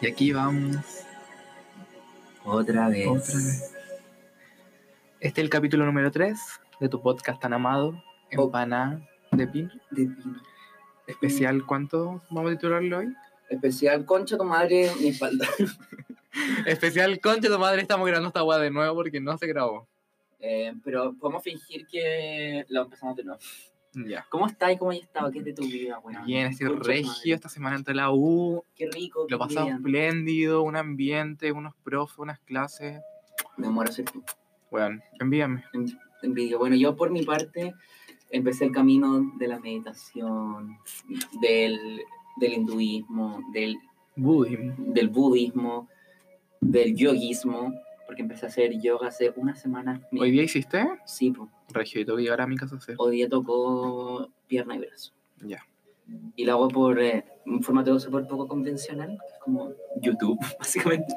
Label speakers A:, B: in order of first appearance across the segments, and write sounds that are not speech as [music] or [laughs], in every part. A: Y aquí vamos
B: Otra vez.
A: otra vez. Este es el capítulo número 3 de tu podcast tan amado,
B: Oh.
A: Empaná de Pino.
B: De pino.
A: Especial, ¿cuánto vamos a titularlo hoy?
B: Especial concha tu madre, mi espalda. [laughs]
A: Especial, concha de tu madre, estamos grabando esta weá de nuevo porque no se grabó.
B: Eh, pero podemos fingir que lo empezamos de nuevo.
A: Ya.
B: ¿Cómo estás y cómo has estado? ¿Qué es de tu vida, weón?
A: Bien, así
B: Concha tu
A: regio,
B: madre.
A: esta semana entré a la U,
B: Qué rico.
A: lo
B: qué
A: pasamos
B: bien.
A: espléndido, un ambiente, unos profes, unas clases.
B: Me muero ser tú.
A: Weón, envíame.
B: envidia. Bueno, yo por mi parte empecé el camino de la meditación, del, del hinduismo, del,
A: Budismo.
B: del budismo, del yoguismo, porque empecé a hacer yoga hace una semana.
A: ¿Hoy día hiciste?
B: Sí, po.
A: Regio, y tengo que llegar a mi casa a hacer.
B: hoy día tocó pierna y brazo.
A: Ya.
B: Y lo hago por eh, un formato súper poco convencional, que es como YouTube, [laughs] básicamente.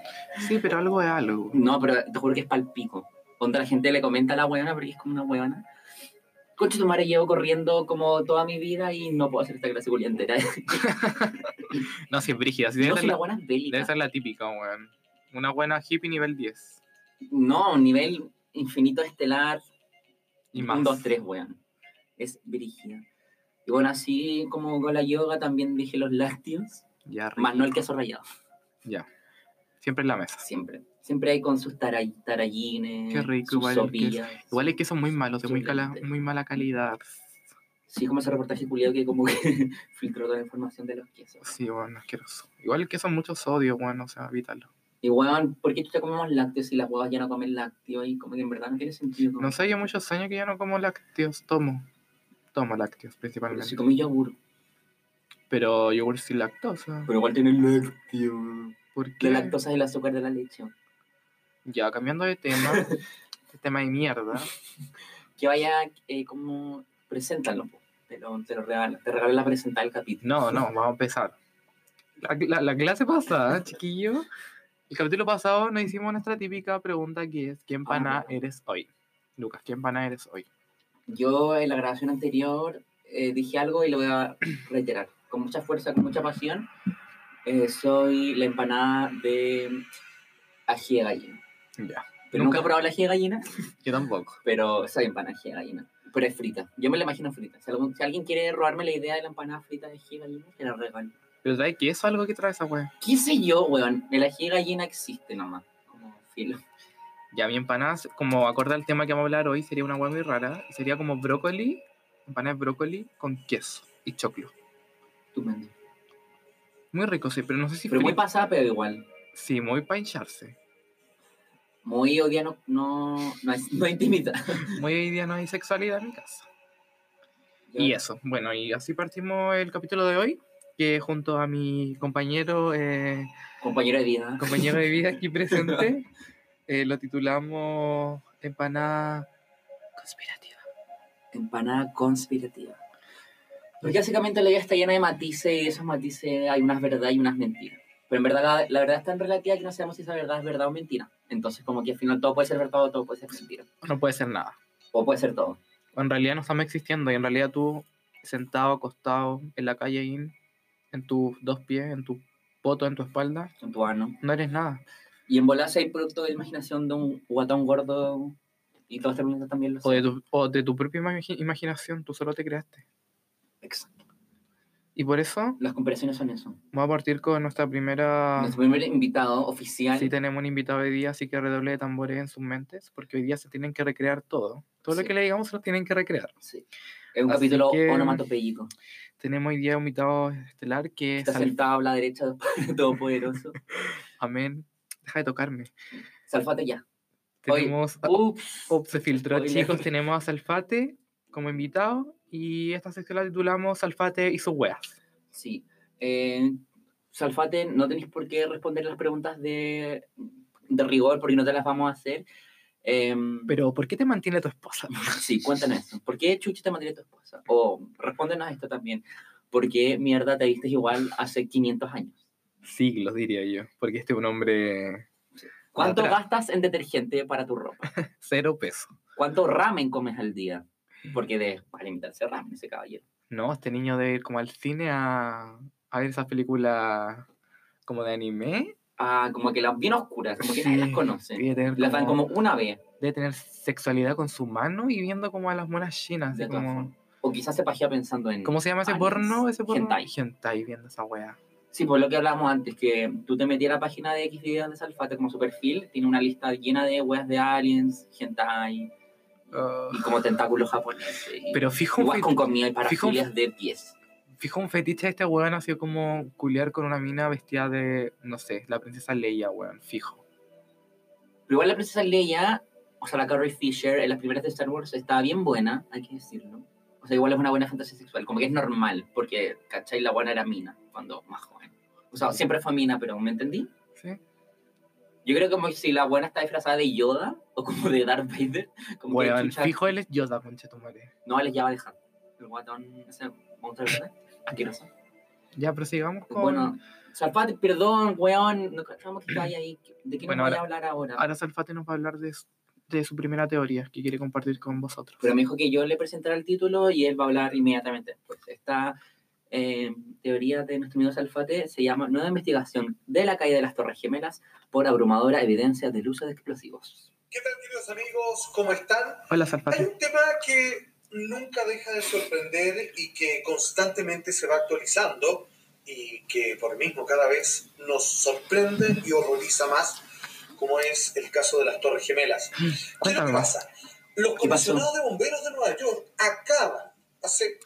A: Sí, pero algo es algo.
B: No, pero te juro que es palpico. Cuando la gente le comenta a la huevona, porque es como una huevona. Concha tu madre, llevo corriendo como toda mi vida y no puedo hacer esta clase culia entera.
A: No, si es brígida. Si debe,
B: no,
A: ser
B: si la
A: la,
B: buena es
A: debe
B: bélica.
A: ser la típica, weón. Una buena hippie nivel 10.
B: No, nivel infinito estelar,
A: Y más.
B: Un, dos, tres, weón. Es brígida. Y bueno, así como con la yoga también dije los lácteos,
A: Ya, rico.
B: más no el queso rallado,
A: Ya. Siempre en la mesa.
B: siempre. Siempre hay con sus taray, tarallines,
A: Qué rico,
B: sus
A: igual el queso.
B: sopillas.
A: Igual es que son muy malos, de muy, cala-
B: Excelente.
A: muy mala calidad.
B: Sí, como ese reportaje culiado que como que [laughs] filtró toda la información de los quesos.
A: Sí, bueno, asqueroso. Igual que son mucho sodio, bueno, o sea, evítalo.
B: Y weón, ¿por qué tú te comemos lácteos si las huevas ya no comen lácteos? Y como que en verdad no tiene sentido. como-
A: No sé, yo muchos años que ya no como lácteos, tomo. Tomo lácteos
B: Pero
A: principalmente.
B: si comí yogur.
A: Pero yogur sin lactosa.
B: Pero igual tiene lácteo.
A: ¿Por
B: La
A: qué?
B: lactosa es el azúcar de la leche.
A: Ya, cambiando de
B: [laughs]
A: tema. este tema de mierda.
B: Que vaya eh, como... Preséntalo, po. te lo, te lo regalan, te regalan la presentada del capítulo.
A: No, no, vamos a empezar. La, la- la clase [laughs] pasada, chiquillo. El capítulo pasado nos hicimos nuestra típica pregunta que es, ¿quién pana
B: bueno.
A: eres hoy? Lucas, ¿quién pana eres hoy?
B: Yo en la grabación anterior eh, dije algo y lo voy a [clears throat] reiterar. Con mucha fuerza, con mucha pasión, eh, soy la empanada de ají de gallina.
A: Ya.
B: Pero
A: Nunca-
B: nunca he probado el ají de gallina,
A: Yo tampoco.
B: pero soy empanada de ají de gallina. Pero es frita. Yo me la imagino frita. Si, algún- si alguien quiere robarme la idea de la empanada frita de ají de gallina, que la regalo.
A: Pero ¿sabes que Eso es algo que trae esa wea.
B: ¿Qué sé yo, weón? El ají de gallina existe nomás. Como filo.
A: Ya, mi empanada, como acorde al tema que vamos a hablar hoy, sería una wea muy rara. y Sería como brócoli, empanada de brócoli con queso y choclo.
B: Estupendo.
A: Muy rico, sí, pero no sé si...
B: Pero muy
A: frito.
B: pasada, pero igual.
A: Sí, muy pa' hincharse.
B: Muy odia, no, no, no, es- no intimida.
A: Muy hoy día no hay sexualidad en mi casa. Y eso, bueno, y así partimos el capítulo de hoy, que junto a mi compañero, eh,
B: Compañero de vida.
A: compañero de vida aquí presente, eh, lo titulamos Empanada Conspirativa.
B: Empanada conspirativa. Porque básicamente la vida está llena de matices y de esos matices hay unas verdades y unas mentiras. Pero en verdad la, la verdad es tan relativa que no sabemos si esa verdad es verdad o mentira. Entonces como que al final todo puede ser verdad o todo puede ser mentira.
A: No puede ser nada.
B: O puede ser todo.
A: O En realidad no estamos existiendo y en realidad tú sentado, acostado, en la calle, ahí, en tus dos pies, en tu poto, en tu espalda,
B: En tu ano.
A: no eres nada.
B: Y en bolas hay producto de la imaginación de un guatón gordo y todo este planeta también lo
A: O de
B: sabe.
A: tu, o de tu propia imagi- imaginación, tú solo te creaste.
B: Exacto.
A: Y por eso
B: Las comparaciones son eso.
A: vamos a partir con nuestra primera...
B: Nuestro primer invitado oficial.
A: Ah. Sí tenemos un invitado hoy día, así que redoble de tambores en sus mentes, porque hoy día se tienen que recrear todo. Todo lo
B: Sí.
A: que le digamos se lo tienen que recrear.
B: Sí. Es un
A: Así
B: capítulo
A: que-
B: onomatopéyico.
A: Tenemos hoy día un invitado estelar que es
B: Está sentado a la derecha [laughs] del Padre Todopoderoso.
A: Amén. Deja de tocarme.
B: Salfate ya. Oye,
A: Tenemos... a-
B: Ups.
A: Ups, se filtró, [laughs]
B: spoiler.
A: chicos. Tenemos a Salfate como invitado y esta sección la titulamos Salfate y sus weas.
B: Sí. Eh, Salfate, no tenéis por qué responder las preguntas de, de rigor porque no te las vamos a hacer. Em,
A: Pero, ¿por qué te mantiene tu esposa?
B: sí, cuéntanos eso. ¿Por qué Chuchi te mantiene tu esposa? O respóndenos esto también. ¿Por qué mierda te vistes igual hace 500 años?
A: Siglos, diría yo, porque este es un hombre
B: ¿Cuánto
A: Atrás.
B: gastas en detergente para tu ropa?
A: cero peso.
B: ¿Cuánto ramen comes al día? Porque de, para inventarse ramen ese caballero.
A: No, este niño debe ir como al cine a, a ver esas películas como de anime.
B: Ah, como que las bien oscuras, como que nadie las
A: Sí,
B: conoce.
A: Debe tener,
B: Las dan
A: como-
B: como una vez.
A: debe tener sexualidad con su mano y viendo como a las monas chinas. así
B: De todas
A: como,
B: formas. O quizás se pajea pensando en.
A: ¿Cómo se llama ese
B: Animes.
A: porno? Ese porno?
B: Hentai.
A: Hentai, viendo esa wea.
B: Sí, por lo que hablábamos antes, que tú te metías a la página de X videos de Salfate como su perfil, tiene una lista llena de weas de aliens, hentai,
A: Ah,
B: y como tentáculos japoneses. y
A: pero fijo un,
B: Igual con
A: fetiche,
B: comida y parafilias de pies.
A: fijo un fetiche de este weón ha sido como culiar con una mina vestida de, no sé, la princesa Leia, weón, fijo.
B: Pero igual la princesa Leia, o sea, la Carrie Fisher, en las primeras de Star Wars estaba bien buena, hay que decirlo. O sea, igual es una buena fantasía sexual, como que es normal, porque, ¿cachai? La buena era mina cuando más joven. O sea, siempre fue mina, pero ¿me entendí?
A: ¿sí?
B: Yo creo como que si la buena está disfrazada de Yoda o como de Darth Vader, como que
A: Weón,
B: chucha,
A: fijo él es Yoda, conchetumare.
B: no les ya va a dejar. El guatón, ese monstruo verde, asqueroso.
A: Ya, prosigamos con...
B: Bueno, Salfate, perdón, weón, no cachamos que está ahí. ¿De qué
A: Bueno,
B: nos voy a
A: ahora-
B: hablar ahora?
A: Ahora Salfate nos va a hablar de, s- de su primera teoría que quiere compartir con vosotros.
B: pero me dijo que yo le presentara el título y él va a hablar inmediatamente después. Esta eh, teoría de nuestro amigo Salfate se llama Nueva investigación de la caída de las Torres Gemelas por abrumadora evidencia del uso de explosivos.
C: ¿Qué tal, queridos amigos? ¿Cómo están?
A: Hola
C: Hay
A: Salfate.
C: un tema que nunca deja de sorprender y que constantemente se va actualizando y que por lo mismo cada vez nos sorprende y horroriza más, como es el caso de las Torres Gemelas. ¿Qué es lo
A: Cuéntame
C: que
A: más.
C: pasa? Los
B: ¿Qué pasó?
C: comisionados de bomberos de Nueva York acaban, hace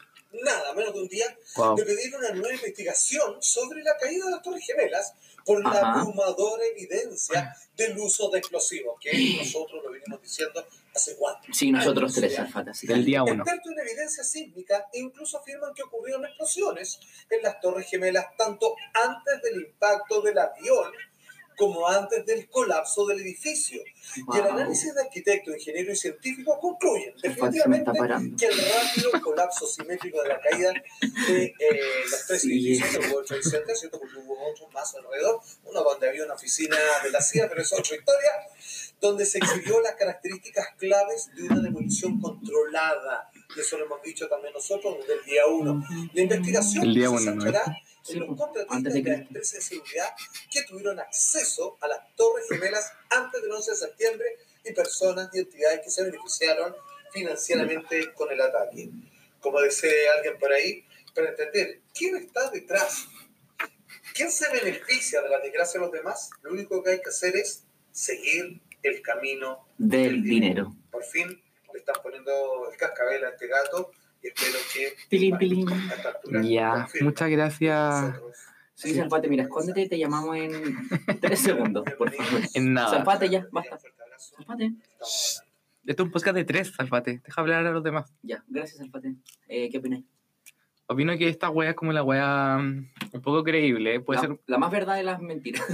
C: nada menos de un día,
A: Wow.
C: de pedir una nueva investigación sobre la caída de las Torres Gemelas por la
B: Ajá.
C: abrumadora evidencia del uso de explosivos, que nosotros lo venimos diciendo hace cuánto.
B: Sí, nosotros
C: Ay,
B: tres,
C: sí.
B: Salfate. así
A: Del
B: que-
A: día uno.
C: Expertos en evidencia sísmica e incluso afirman que ocurrieron explosiones en las Torres Gemelas tanto antes del impacto del avión como antes del colapso del edificio. Y el
B: Wow,
C: análisis de arquitectos, ingenieros y científicos concluyen
B: Salfate se me está
C: definitivamente
B: parando.
C: que el rápido colapso simétrico de la caída de eh, los tres
B: Sí.
C: edificios del World Trade Center, ¿cierto? Porque hubo otros más alrededor, uno donde había una oficina de la CIA, pero es otra historia, donde se exhibió las características claves de una demolición controlada. Y eso lo hemos dicho también nosotros desde el día 1. La investigación
A: El día
C: se
A: uno, ¿no?
C: centrará
B: Sí,
C: en los
B: pues,
C: contratistas
B: antes de
C: de la
B: Cristo.
C: empresa de seguridad que tuvieron acceso a las Torres Gemelas antes del 11 de septiembre y personas y entidades que se beneficiaron financieramente con el ataque. Como dice alguien por ahí, para entender quién está detrás, quién se beneficia de la desgracia de los demás, lo único que hay que hacer es seguir el camino.
B: Del dinero.
C: Por fin le están poniendo el cascabel a este gato y espero que
B: Pilín, pilín.
C: a esta altura
A: Ya,
C: confirme
A: muchas gracias.
C: nosotros.
B: Sí, Salfate, mira, escóndete y te llamamos en tres segundos, por favor.
A: [laughs] En nada.
B: Salfate, ya, basta.
C: Fuerte abrazo.
B: Salfate.
C: Estamos
A: Esto es un podcast de tres, Salfate. Deja hablar a los demás.
B: Ya, gracias, Salfate. Eh, ¿Qué opináis?
A: Opino que esta wea es como la wea mm, un poco creíble. ¿eh? Puede
B: la,
A: ser
B: la más verdad de las mentiras.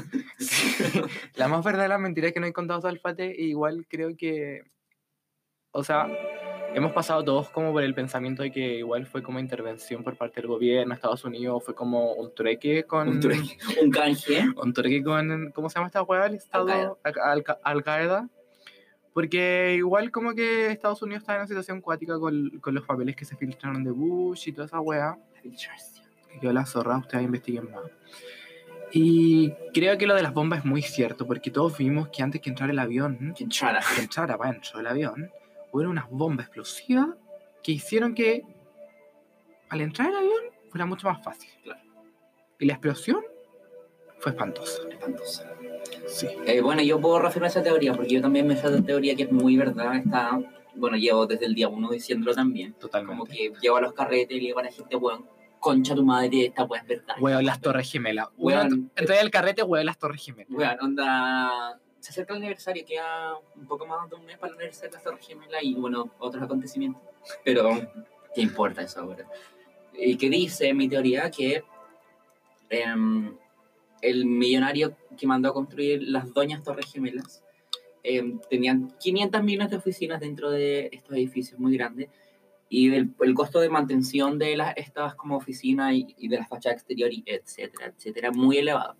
A: la más verdadera mentira que no he contado Salfate. e Igual creo que. O sea, hemos pasado todos como por el pensamiento de que igual fue como intervención por parte del gobierno, Estados Unidos, fue como un trueque [laughs] con.
B: Un trueque, un canje.
A: con Turquía con, ¿cómo se llama esta hueá? El Estado Al- Al- Al-Qaeda. Porque igual como que Estados Unidos está en una situación cuática con, con los papeles que se filtraron de Bush y toda esa hueá. Que quedó la zorra, ustedes investiguen más. Y creo que lo de las bombas es muy cierto, porque todos vimos que antes que entrar el avión,
B: Que entrara.
A: que entrara para dentro del avión, hubo unas bombas explosivas que hicieron que al entrar el avión fuera mucho más fácil.
B: Claro.
A: Y la explosión fue espantosa.
B: Espantoso.
A: Sí.
B: Eh, bueno, yo puedo reafirmar esa teoría, porque yo también me sé esa teoría que es muy verdad. Está, bueno, llevo desde el día uno diciéndolo también.
A: Totalmente.
B: Como que llevo a los carretes y le digo a la gente, weón, concha tu madre, esta weón es verdad.
A: Huevo, las Torres Gemelas.
B: Hueón,
A: Hueón, entré al carrete, huevo, las Torres Gemelas.
B: Weón, onda. Se acerca el aniversario, queda un poco más de un mes para el aniversario de la Torre Gemela y, bueno, otros acontecimientos. Pero, ¿qué importa eso ahora? Y que dice mi teoría que em, el millonario que mandó a construir las doñas Torres Gemelas em, tenían 500 millones de oficinas dentro de estos edificios muy grandes y el, el costo de mantención de las, estas como oficinas y, y de la fachada exterior y etcétera, etcétera, muy elevado.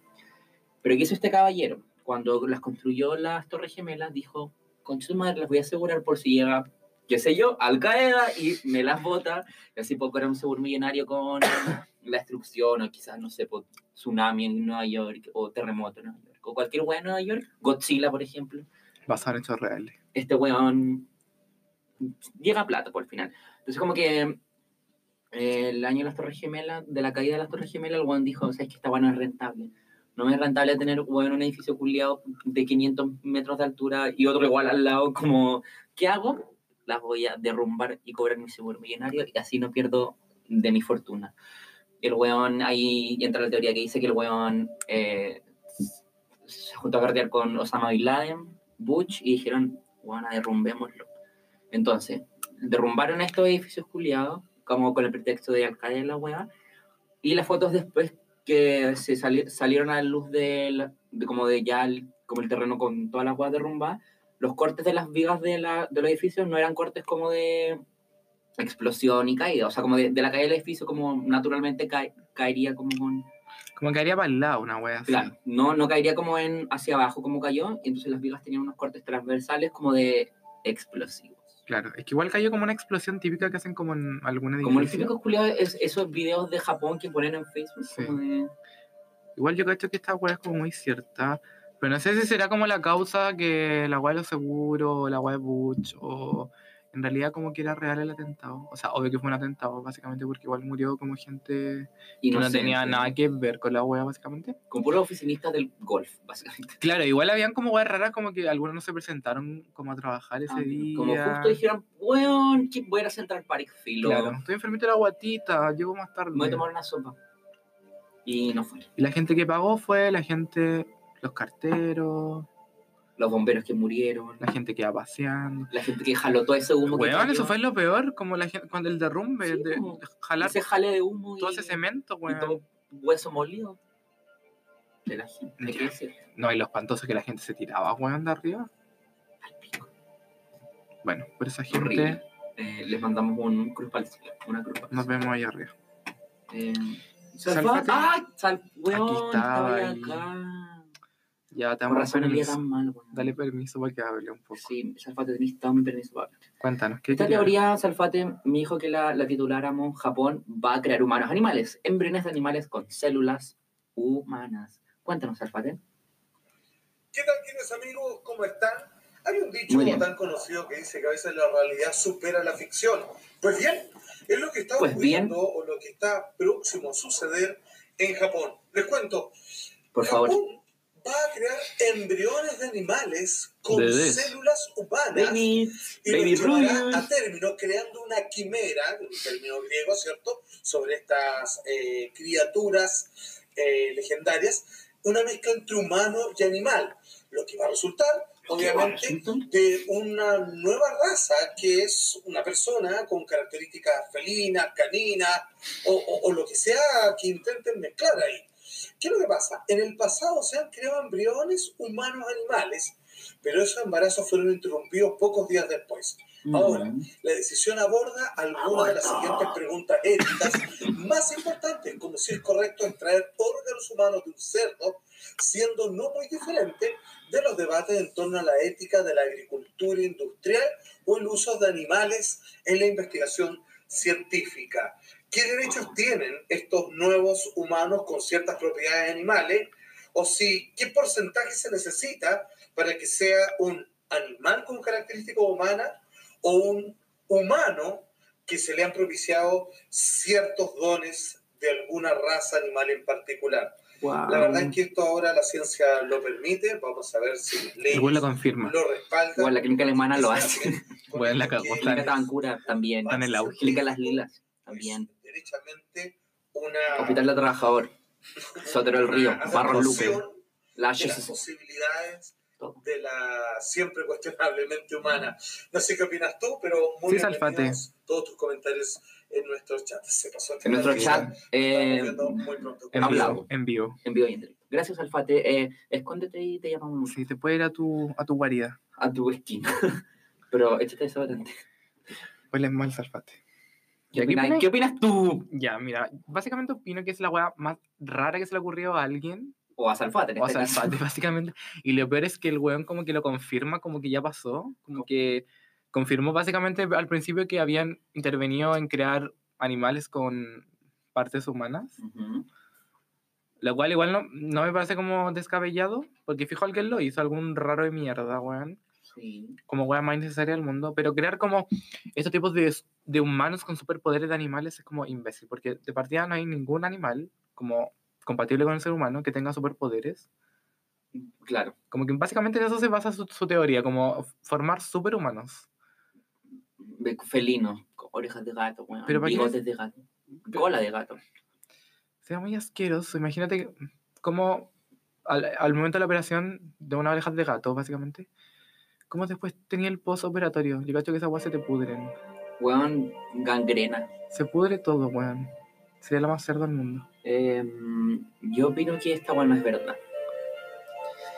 B: Pero ¿qué hizo este caballero? Cuando las construyó las Torres Gemelas, dijo, con su madre las voy a asegurar por si llega, qué sé yo, Al Qaeda y me las bota. Y así puedo cobrar un seguro millonario con [coughs] la destrucción o quizás, no sé, po, tsunami en Nueva York o terremoto en Nueva York o cualquier weón en Nueva York, Godzilla, por ejemplo,
A: basado en hechos reales.
B: este weón llega a plata por el final. Entonces como que eh, el año de las Torres Gemelas, de la caída de las Torres Gemelas, el weón dijo, o sea, es que esta weón no es rentable. No me es rentable tener weón, un edificio culiado de 500 metros de altura y otro igual al lado, como, ¿qué hago? Las voy a derrumbar y cobrar mi seguro millonario y así no pierdo de mi fortuna. El weón, ahí entra la teoría que dice que el weón eh, se juntó a cartear con Osama Bin Laden, Bush, y dijeron, bueno, derrumbémoslo. Entonces, derrumbaron estos edificios culiados, como con el pretexto de alcalde de la weá, y las fotos después que se sali- salieron a la luz de, la- de como de ya el, como el terreno con todas las weas derrumbadas, los cortes de las vigas de, la, de los edificios no eran cortes como de explosión y caída, o sea, como de, de la caída del edificio como naturalmente cae- caería como con
A: Como que haría para el lado una wea así.
B: Claro, no, no caería como en hacia abajo como cayó, y entonces las vigas tenían unos cortes transversales como de explosivos.
A: Claro, es que igual cayó como una explosión típica que hacen como en alguna
B: Como los típicos culiados, es, esos videos de Japón que ponen en Facebook,
A: Sí.
B: como de...
A: Igual yo cacho que esta wea es como muy cierta. Pero no sé si será como la causa que la wea de los seguros, o la wea de Butch, o en realidad como que era real el atentado. O sea, obvio que fue un atentado, básicamente, porque igual murió como gente
B: Y
A: que no tenía
B: sé,
A: nada que ver con la wea, básicamente.
B: Con puros oficinistas del golf, básicamente.
A: Claro, igual habían como weas raras, como que algunos no se presentaron como a trabajar
B: Ah,
A: ese día.
B: Como justo dijeron, weón, que voy a ir a Central Park, filo.
A: Claro, estoy enfermito de la guatita, llego más tarde.
B: Me voy a tomar una sopa. Y no fue.
A: Y la gente que pagó fue la gente, los carteros,
B: Los bomberos que murieron,
A: la gente que iba paseando.
B: la gente que jaló todo ese humo que
A: Weón,
B: cayó,
A: eso fue lo peor, como la gente, cuando el derrumbe,
B: Sí,
A: de
B: po.
A: jalar
B: ese jale de humo
A: todo
B: y...
A: ese cemento,
B: y
A: weón.
B: todo hueso molido de la gente. hay
A: Ya.
B: que decir.
A: No, y lo espantoso que la gente se tiraba, weón, de arriba. Bueno, por esa gente,
B: Horrible. Eh, les mandamos un cruz pa'l cielo, una cruz pa'l
A: nos
B: cielo.
A: vemos ahí arriba.
B: Eh,
A: Salfate.
B: Salfate. ¡Ah! Sal- weón,
A: Aquí estaba
B: estaba ya
A: ahí.
B: acá.
A: Ya te
B: Por
A: damos
B: razón olía
A: permiso.
B: tan mal, weón.
A: Dale pues. permiso para que hable un poco.
B: Sí, Salfate, tenés tan permiso para hablar.
A: Cuéntanos, ¿qué
B: Esta
A: querías?
B: teoría, Salfate, me dijo que la, la tituláramos Japón va a crear humanos animales, embriones de animales con células humanas. Cuéntanos, Salfate.
C: ¿Qué tal, queridos amigos? ¿Cómo están? Hay un dicho
B: Muy bien.
C: tan conocido que dice que a veces la realidad supera la ficción. Pues bien, es lo que está
B: Pues bien.
C: ocurriendo o lo que está próximo a suceder en Japón. Les cuento,
B: Por favor.
C: Japón va a crear embriones de animales con
A: Bebés.
C: células humanas
B: Baby,
C: y
B: Baby
C: los llevará
B: Rubius.
C: a término creando una quimera, un término griego, ¿cierto?, sobre estas eh, criaturas eh, legendarias, una mezcla entre humano y animal, lo que va a resultar, obviamente, de una nueva raza que es una persona con características felinas, caninas, o, o- o lo que sea que intenten mezclar ahí. ¿Qué es lo que pasa? En el pasado se han creado embriones humanos animales, pero esos embarazos fueron interrumpidos pocos días después. Ahora, La decisión aborda algunas de las siguientes preguntas éticas más importantes, como si es correcto extraer órganos humanos de un cerdo, siendo no muy diferente de los debates en torno a la ética de la agricultura industrial o el uso de animales en la investigación científica. ¿Qué derechos tienen estos nuevos humanos con ciertas propiedades animales? O si, ¿qué porcentaje se necesita para que sea un animal con características humanas o un humano que se le han propiciado ciertos dones de alguna raza animal en particular.
B: Wow.
A: Ah.
C: La verdad es que esto ahora la ciencia lo permite, vamos a ver si ley
A: Igual lo confirma.
C: lo respalda.
B: Bueno, la clínica alemana lo hace.
A: [laughs] Bueno, la cagó,
B: La Clínica Tabancura también.
A: Está en el auge.
B: Clínica Las Lilas también.
C: También. pues, Derechamente una
B: Hospital del Trabajador, Sotero del Río,
C: una
B: Barros Luque,
C: adaptación
B: La
C: de las
B: HSC.
C: posibilidades
B: Todo.
C: de la siempre cuestionablemente humana. No sé qué opinas tú, pero muy
A: Sí, Salfate.
C: bienvenidos todos tus comentarios en nuestro chat. Se pasó
B: En nuestro chat, eh,
C: Estamos viendo muy pronto.
A: En vivo,
B: Hablamos.
A: en vivo.
B: en vivo y en directo. Gracias, Alfate. Eh, escóndete y te llamamos mucho
A: Si te puede ir a tu, a tu guarida.
B: a tu esquina. [laughs] Pero échate eso adelante.
A: Hueles mal, salfate. ¿Y
B: ¿Qué,
A: aquí
B: opinas,
A: pone?
B: ¿Qué opinas tú?
A: Ya, mira, básicamente opino que es la weá más rara que se le ocurrió a alguien.
B: O a Salfate, en
A: O
B: este
A: sea,
B: caso.
A: Fati, básicamente. Y lo peor es que el weón como que lo confirma, como que ya pasó. Como que confirmó básicamente al principio que habían intervenido en crear animales con partes humanas,
B: Ujú.
A: lo cual igual no, no me parece como descabellado, porque fijo alguien lo hizo, algún raro de mierda, weón,
B: Sí.
A: como weón más innecesaria del mundo, pero crear como estos tipos de, de humanos con superpoderes de animales es como imbécil, porque de partida no hay ningún animal como compatible con el ser humano que tenga superpoderes.
B: Claro.
A: Como que básicamente en eso se basa su, su teoría, como f- formar superhumanos.
B: de felino, con orejas de gato, weón,
A: Pero ¿para qué
B: bigotes de gato, cola de gato.
A: Sea muy asqueroso. Imagínate que- cómo al, al momento de la operación de una oreja de gato, básicamente, cómo después tenía el postoperatorio. Yo cacho que esas weas se te pudren.
B: Weón, gangrena.
A: Se pudre todo, weón. Sería lo más cerdo del mundo.
B: Em, yo opino que esta weón no es verdad.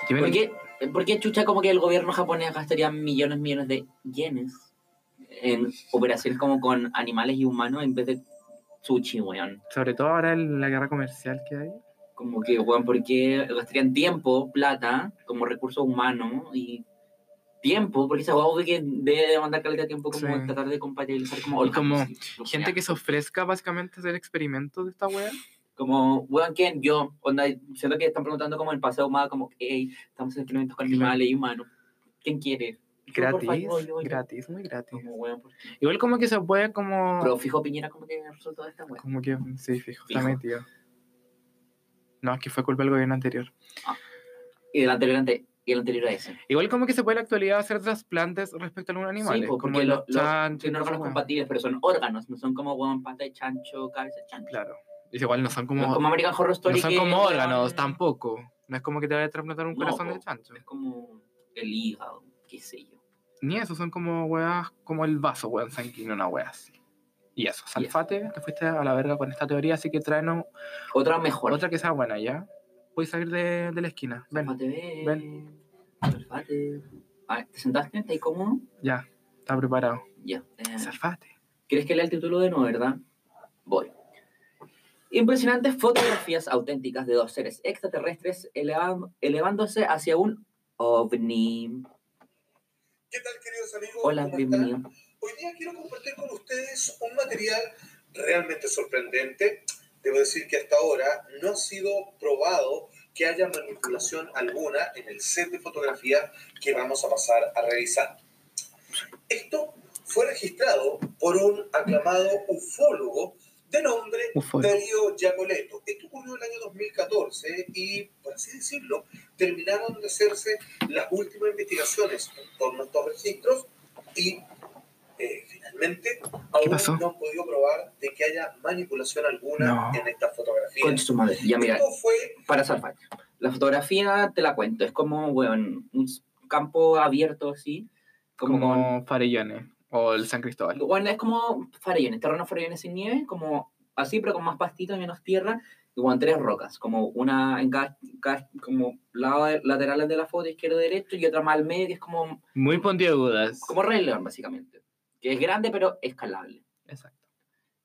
A: Que
B: ¿Por
A: vienen-
B: qué, por qué chucha como que el gobierno japonés gastaría millones, millones de yenes en operaciones como con animales y humanos en vez de sushi, weón?
A: Sobre todo ahora en la guerra comercial que hay.
B: Como que, weón, ¿por qué gastarían tiempo, plata, como recurso humano y tiempo? Porque esa weón obvio que debe demandar calidad de tiempo como
A: Sí.
B: tratar de compatibilizar como...
A: Y como
B: organismos, o sea.
A: Gente que se ofrezca básicamente a hacer experimentos de esta wea.
B: Como, weón, ¿quién? Yo, onda, siento que están preguntando como el paseo humano, como, hey, estamos en experimentos con animales y humanos. ¿Quién quiere? Yo, por
A: Gratis.
B: favor, yo, yo.
A: Gratis, muy gratis.
B: Como, weón, ¿por qué?
A: Igual como que se puede como...
B: Pero fijo Piñera como que resultó de esta weón.
A: Como que, sí, fijo, está
B: Fijo.
A: metido. No, es que fue culpa del gobierno anterior.
B: Y del anterior, ante- y el anterior a ese.
A: Igual como que se puede en la actualidad hacer trasplantes respecto a algún animal.
B: sí, pues,
A: como
B: porque
A: los
B: los, los,
A: chanchos,
B: son
A: esas
B: órganos
A: weas.
B: compatibles, pero son órganos, no son como, weón, pata de chancho, cabeza de chancho.
A: Claro. Y igual no son como,
B: No es como American Horror
A: no
B: Story.
A: son
B: que,
A: como
B: weón,
A: órganos tampoco. No es como que te vaya a trasplantar un
B: No,
A: corazón de
B: po.
A: chancho.
B: Es como el hígado, qué sé yo.
A: Ni eso, son como weas, como el vaso, weón, sanguíneo, una wea así. Y eso, Salfate, te fuiste a la verga con esta teoría, así que tráenos
B: Otra mejor.
A: otra que sea buena, ¿ya? Voy a salir de, de la esquina. Ven,
B: Sálvate, ven.
A: ven.
B: Sálvate. Ah, ¿Te sentaste? ¿Estás cómodo?
A: ya, está preparado.
B: Ya. eh,
A: Salfate.
B: ¿Quieres que lea el título de nuevo, verdad? Voy. Impresionantes fotografías auténticas de dos seres extraterrestres elevan- elevándose hacia un ovni.
C: ¿Qué tal, queridos amigos?
B: Hola,
C: ¿Cómo están?
B: bienvenido.
C: Hoy día quiero compartir con ustedes un material realmente sorprendente. Debo decir que hasta ahora no ha sido probado que haya manipulación alguna en el set de fotografía que vamos a pasar a revisar. Esto fue registrado por un aclamado ufólogo de nombre
A: Ufo.
C: Darío Giacoletto. Esto ocurrió en el año 2014 y, por así decirlo, terminaron de hacerse las últimas investigaciones en torno a estos registros y eh, finalmente aún
A: pasó?
C: no han podido probar de que haya manipulación alguna
A: No.
C: en estas fotografías.
B: Con su madre. Ya, mira,
C: Esto fue
B: para zafar. La fotografía te la cuento. Es como, weón, un s- campo abierto así. Como, con-
A: como Farellones o el San Cristóbal.
B: Bueno, es como farellones, terreno farellones sin nieve, como así, pero con más pastito y menos tierra, y con tres rocas, como una en cada, cada- como lado de- laterales de la foto, izquierdo y derecho, y otra más al medio, que es como,
A: Muy puntiagudas.
B: como Rey León, básicamente, que es grande pero escalable.
A: Exacto.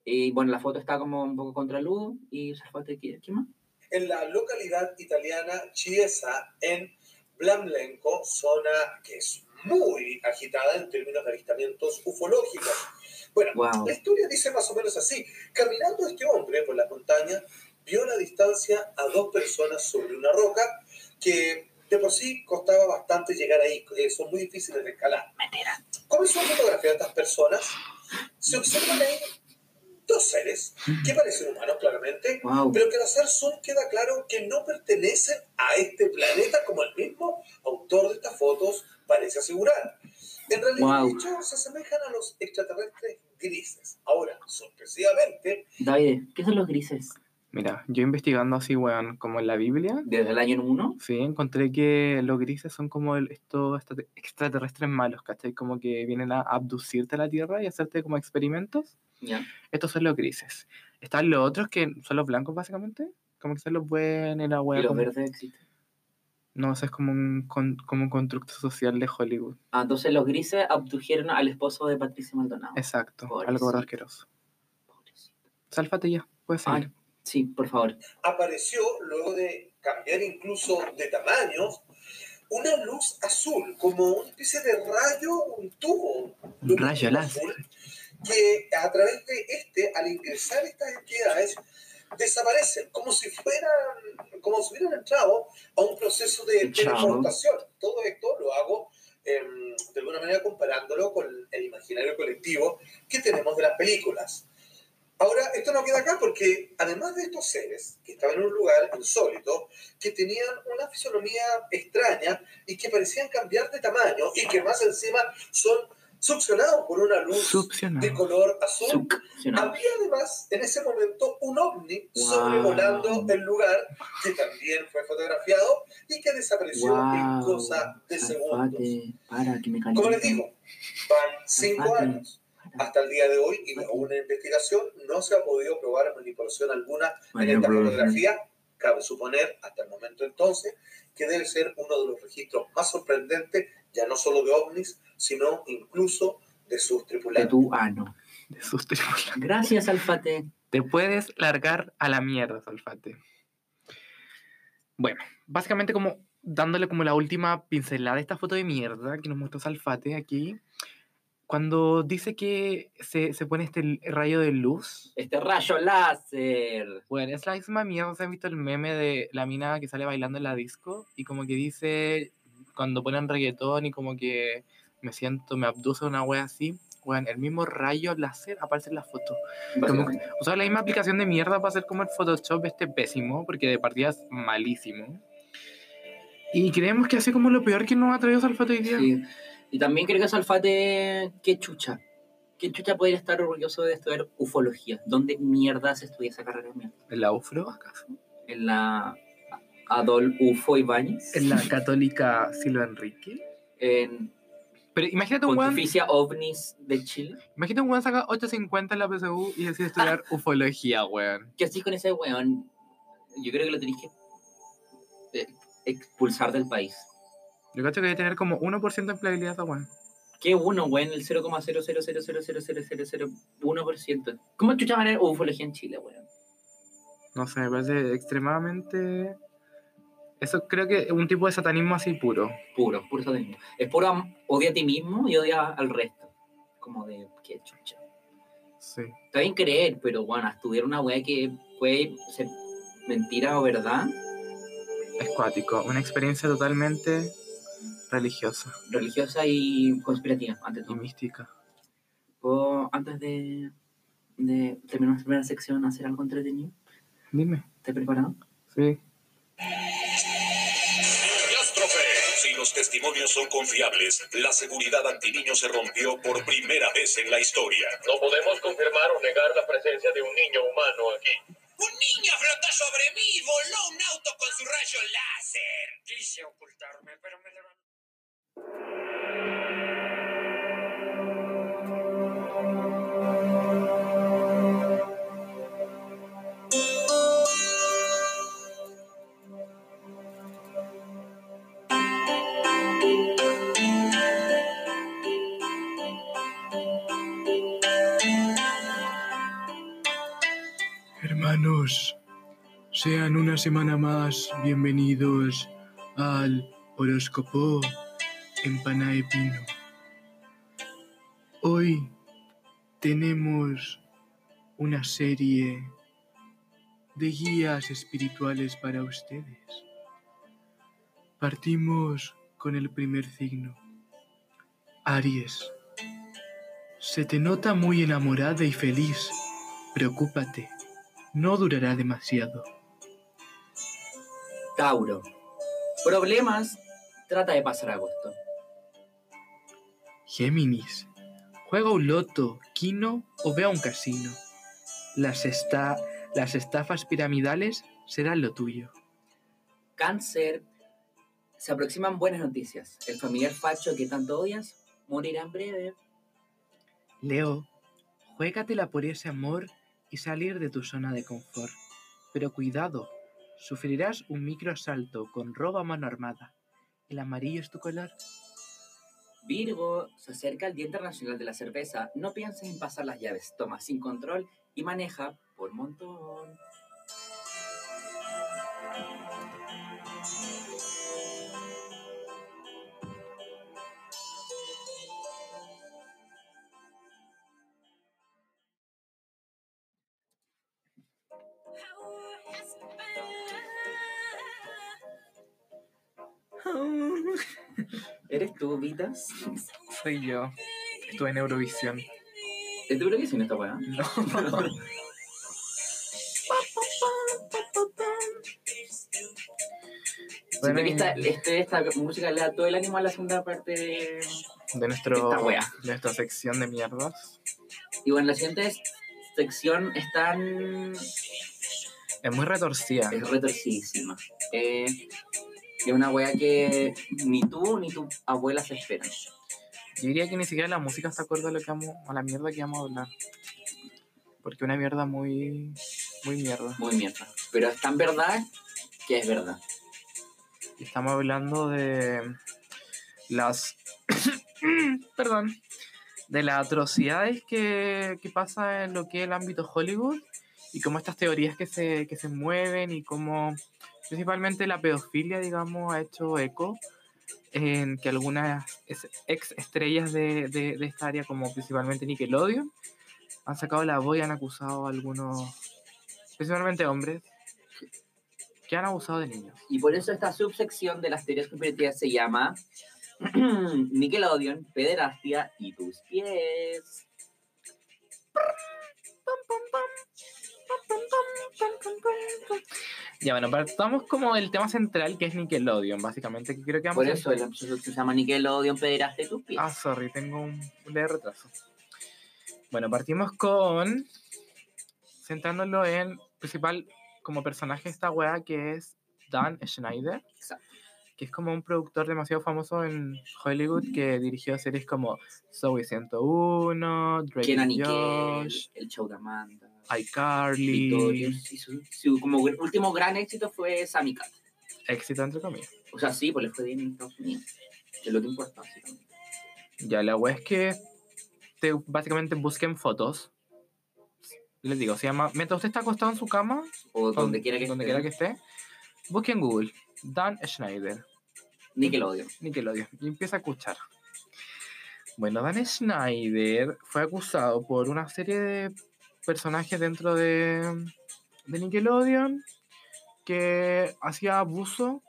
B: Y bueno, la foto está como un poco contra luz, y se falta aquí, ¿qué más?
C: en la localidad italiana Chiesa, en Blamlenco, zona que es muy agitada en términos de avistamientos ufológicos. Bueno,
B: Wow.
C: La historia dice más o menos así. Caminando este hombre por las montañas, vio a la distancia a dos personas sobre una roca que de por sí costaba bastante llegar ahí. eh, son muy difíciles de escalar. Comenzó a fotografiar a estas personas. Se observan ahí dos seres que parecen humanos claramente,
B: Wow.
C: pero que al hacer zoom queda claro que no pertenecen a este planeta, como el mismo autor de estas fotos parece asegurar. En realidad,
B: Guau.
C: de hecho, se asemejan a los extraterrestres grises. Ahora, sorpresivamente,
B: David, ¿qué son los grises?
A: Mira, yo investigando así, weón, como en la Biblia,
B: Desde el año 1,
A: sí, encontré que los grises son como el- estos extra- extraterrestres malos, ¿cachai? Como que vienen a abducirte a la Tierra y hacerte como experimentos.
B: ya.
A: Estos son los grises. Están los otros que son los blancos, básicamente. Como que son los buenos, la
B: Y
A: wea.
B: los
A: como-
B: verdes existen.
A: No, eso es como un, con- como un constructo social de Hollywood.
B: Ah, entonces los grises abdujeron al esposo de Patricia Maldonado.
A: Exacto, algo
B: Pobrecito.
A: asqueroso. Sálfate ya, puedes
B: Ay,
A: seguir.
B: sí, por favor.
C: apareció, luego de cambiar incluso de tamaño, una luz azul, como una especie de rayo, un tubo.
A: Un rayo láser.
C: azul, que a través de este, al ingresar estas entidades, desaparecen, como si fueran, como si hubieran entrado a un proceso de
B: Entrado.
C: teleportación. Todo esto lo hago eh, de alguna manera comparándolo con el imaginario colectivo que tenemos de las películas. Ahora, esto no queda acá porque además de estos seres que estaban en un lugar insólito, que tenían una fisonomía extraña y que parecían cambiar de tamaño y que más encima son succionados por una luz de
A: Succionado.
C: color azul,
B: Succionado.
C: había además en ese momento un ovni
B: Wow.
C: sobrevolando el lugar que también fue fotografiado y que desapareció en
B: Wow.
C: cosa de segundos.
B: Zafate, para que me caliente.
C: Como les digo, van cinco
B: Zafate.
C: años. Hasta el día de hoy, y aún en investigación, no se ha podido probar manipulación alguna en esta
B: Manipulación.
C: fotografía. Cabe suponer, hasta el momento entonces, que debe ser uno de los registros más sorprendentes, ya no solo de ovnis, sino incluso de sus
B: De
C: tripulantes.
B: tu ano.
A: De sus tripulantes.
B: Gracias, Alfate.
A: Te puedes largar a la mierda, Salfate. Bueno, básicamente como dándole como la última pincelada a esta foto de mierda que nos mostró Salfate aquí, cuando dice que se, se pone este l- rayo de luz,
B: Este rayo láser.
A: bueno, es la misma mierda, ¿se han visto el meme de la mina que sale bailando en la disco? Y como que dice, cuando ponen reggaetón y como que me siento, me abduce una wea así, bueno, el mismo rayo láser aparece en la foto.
B: Básicamente.
A: O sea, la misma aplicación de mierda para hacer como el Photoshop este pésimo, porque de partida es malísimo. Y creemos que así como lo peor que nos ha traído Salfato hoy día.
B: Sí. Y también creo que Salfate, qué chucha. Qué chucha podría estar orgulloso de estudiar ufología. ¿Dónde mierda se estudia esa carrera? mía?
A: ¿En la UFRO, acaso?
B: En la Adol Ufo Ibáñez.
A: ¿En la católica Silva Enrique?
B: en
A: Pero imagínate un weón,
B: Pontificia OVNIS de Chile.
A: imagínate un weón saca 850 en la PSU y decide [laughs] estudiar ufología, weón.
B: ¿Qué así con ese weón? Yo creo que lo tenéis que eh, expulsar del país.
A: Yo cacho que debe tener como 1% de empleabilidad esa weón.
B: ¿Qué uno, weón? El 0,000000001%. ¿Cómo chucha van a haber ufología en Chile, weón?
A: No sé, me parece extremadamente... Eso creo que es un tipo de satanismo así puro.
B: Puro, puro satanismo. Es puro am- odia a ti mismo y odia al resto. Como de, qué chucha.
A: Sí.
B: Está bien creer, pero bueno, estudiar una weá que puede ser mentira o verdad,
A: Es cuático. Una experiencia totalmente religiosa.
B: religiosa y conspirativa, ante
A: y
B: todo.
A: mística.
B: ¿Puedo, antes de, de terminar nuestra primera sección, hacer algo entretenido?
A: Dime.
B: ¿Estás preparado?
A: Sí.
D: Catástrofe. Si los testimonios son confiables, la seguridad antiniño se rompió por primera vez en la historia.
E: No podemos confirmar o negar la presencia de un niño humano aquí.
F: Un niño flotó sobre mí y voló un auto con su rayo láser. Quise ocultarme, pero me levanté.
G: Hermanos, sean una semana más bienvenidos al horóscopo en Pana de Pino. Hoy tenemos una serie de guías espirituales para ustedes. Partimos con el primer signo, Aries. Se te nota muy enamorada y feliz. Preocúpate no durará demasiado.
B: Tauro. Problemas. Trata de pasar agosto.
G: Géminis. Juega un loto, quino o ve a un casino. Las, esta- las estafas piramidales serán lo tuyo.
B: Cáncer. Se aproximan buenas noticias. El familiar facho que tanto odias morirá en breve.
G: Leo, juégatela por ese amor y salir de tu zona de confort. Pero cuidado, sufrirás un microasalto con robo a mano armada. El amarillo es tu color.
B: Virgo. Se acerca el Día Internacional de la Cerveza. No pienses en pasar las llaves. Toma sin control y maneja por montón. ¿Eres tú, Vitas?
A: Soy yo. Estuve en Eurovisión.
B: ¿Es de Eurovisión esta weá?
A: No.
B: Siento que
A: y-
B: esta, este- esta música le da todo el ánimo a la segunda parte de...
A: de, nuestro,
B: Esta wea.
A: de nuestra sección de mierdas.
B: Y bueno, la siguiente sección están...
A: Es muy retorcida.
B: Es retorcidísima. Eh, es una wea que ni tú ni tu abuela se esperan.
A: Yo diría que ni siquiera la música está acorde a lo que vamos, a la mierda que vamos a hablar. Porque una mierda muy. muy mierda.
B: Muy mierda. Pero es tan verdad que es verdad.
A: Y Estamos hablando de las. [coughs] Perdón. De las atrocidades que, que pasa en lo que es el ámbito Hollywood y cómo estas teorías que se, que se mueven y cómo principalmente la pedofilia, digamos, ha hecho eco en que algunas es- ex estrellas de, de- de esta área, como principalmente Nickelodeon, han sacado la voz y han acusado a algunos, principalmente hombres, que han abusado de niños.
B: Y por eso esta subsección de las teorías conspirativas se llama [clears throat] Nickelodeon, Pederastia y tus pies.
A: Ya, bueno, partamos como del tema central que es Nickelodeon, básicamente, que creo que vamos
B: Por
A: a-
B: eso la subsección se llama Nickelodeon, Pederastia y tus pies.
A: Ah, sorry, tengo un leve retraso. Bueno, partimos con... Centrándolo en principal como personaje de esta wea que es Dan Schneider.
B: Exacto.
A: Que es como un productor demasiado famoso en Hollywood que dirigió series como Zoey 101, Drake
B: Kenan
A: and
B: y Kel,
A: Josh,
B: el show de Amanda,
A: iCarly,
B: Victorious. Y su, su como gr- último gran éxito fue Sammy Cat.
A: éxito entre comillas.
B: O sea, sí, pues le fue bien en Estados Unidos. Que es lo que importa, básicamente.
A: Ya, la web es que te, básicamente busquen fotos. Les digo, se llama. Mientras usted está acostado en su cama,
B: O
A: con-
B: donde quiera que
A: donde
B: esté.
A: quiera que esté, busque en Google Dan Schneider,
B: Nickelodeon.
A: Nickelodeon, y empieza a escuchar. Bueno, Dan Schneider fue acusado por una serie de personajes dentro de, de Nickelodeon que hacía abuso,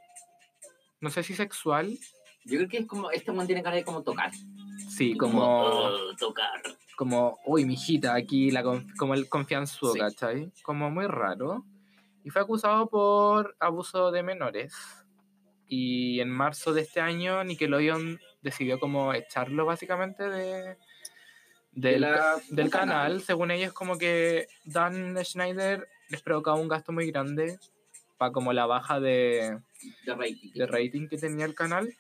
A: no sé si sexual,
B: Yo creo que es como, este man tiene cara de como tocar.
A: sí, como
B: "Oh, tocar.
A: como, uy, mijita, aquí la conf- como el confianzudo,
B: Sí.
A: ¿cachai? Como muy raro. Y fue acusado por abuso de menores. Y en marzo de este año Nickelodeon decidió como echarlo básicamente de, del,
B: la-
A: del
B: del
A: canal.
B: canal.
A: Según ellos, como que Dan Schneider les provocaba un gasto muy grande para como la baja de,
B: De rating.
A: de rating que tenía el canal.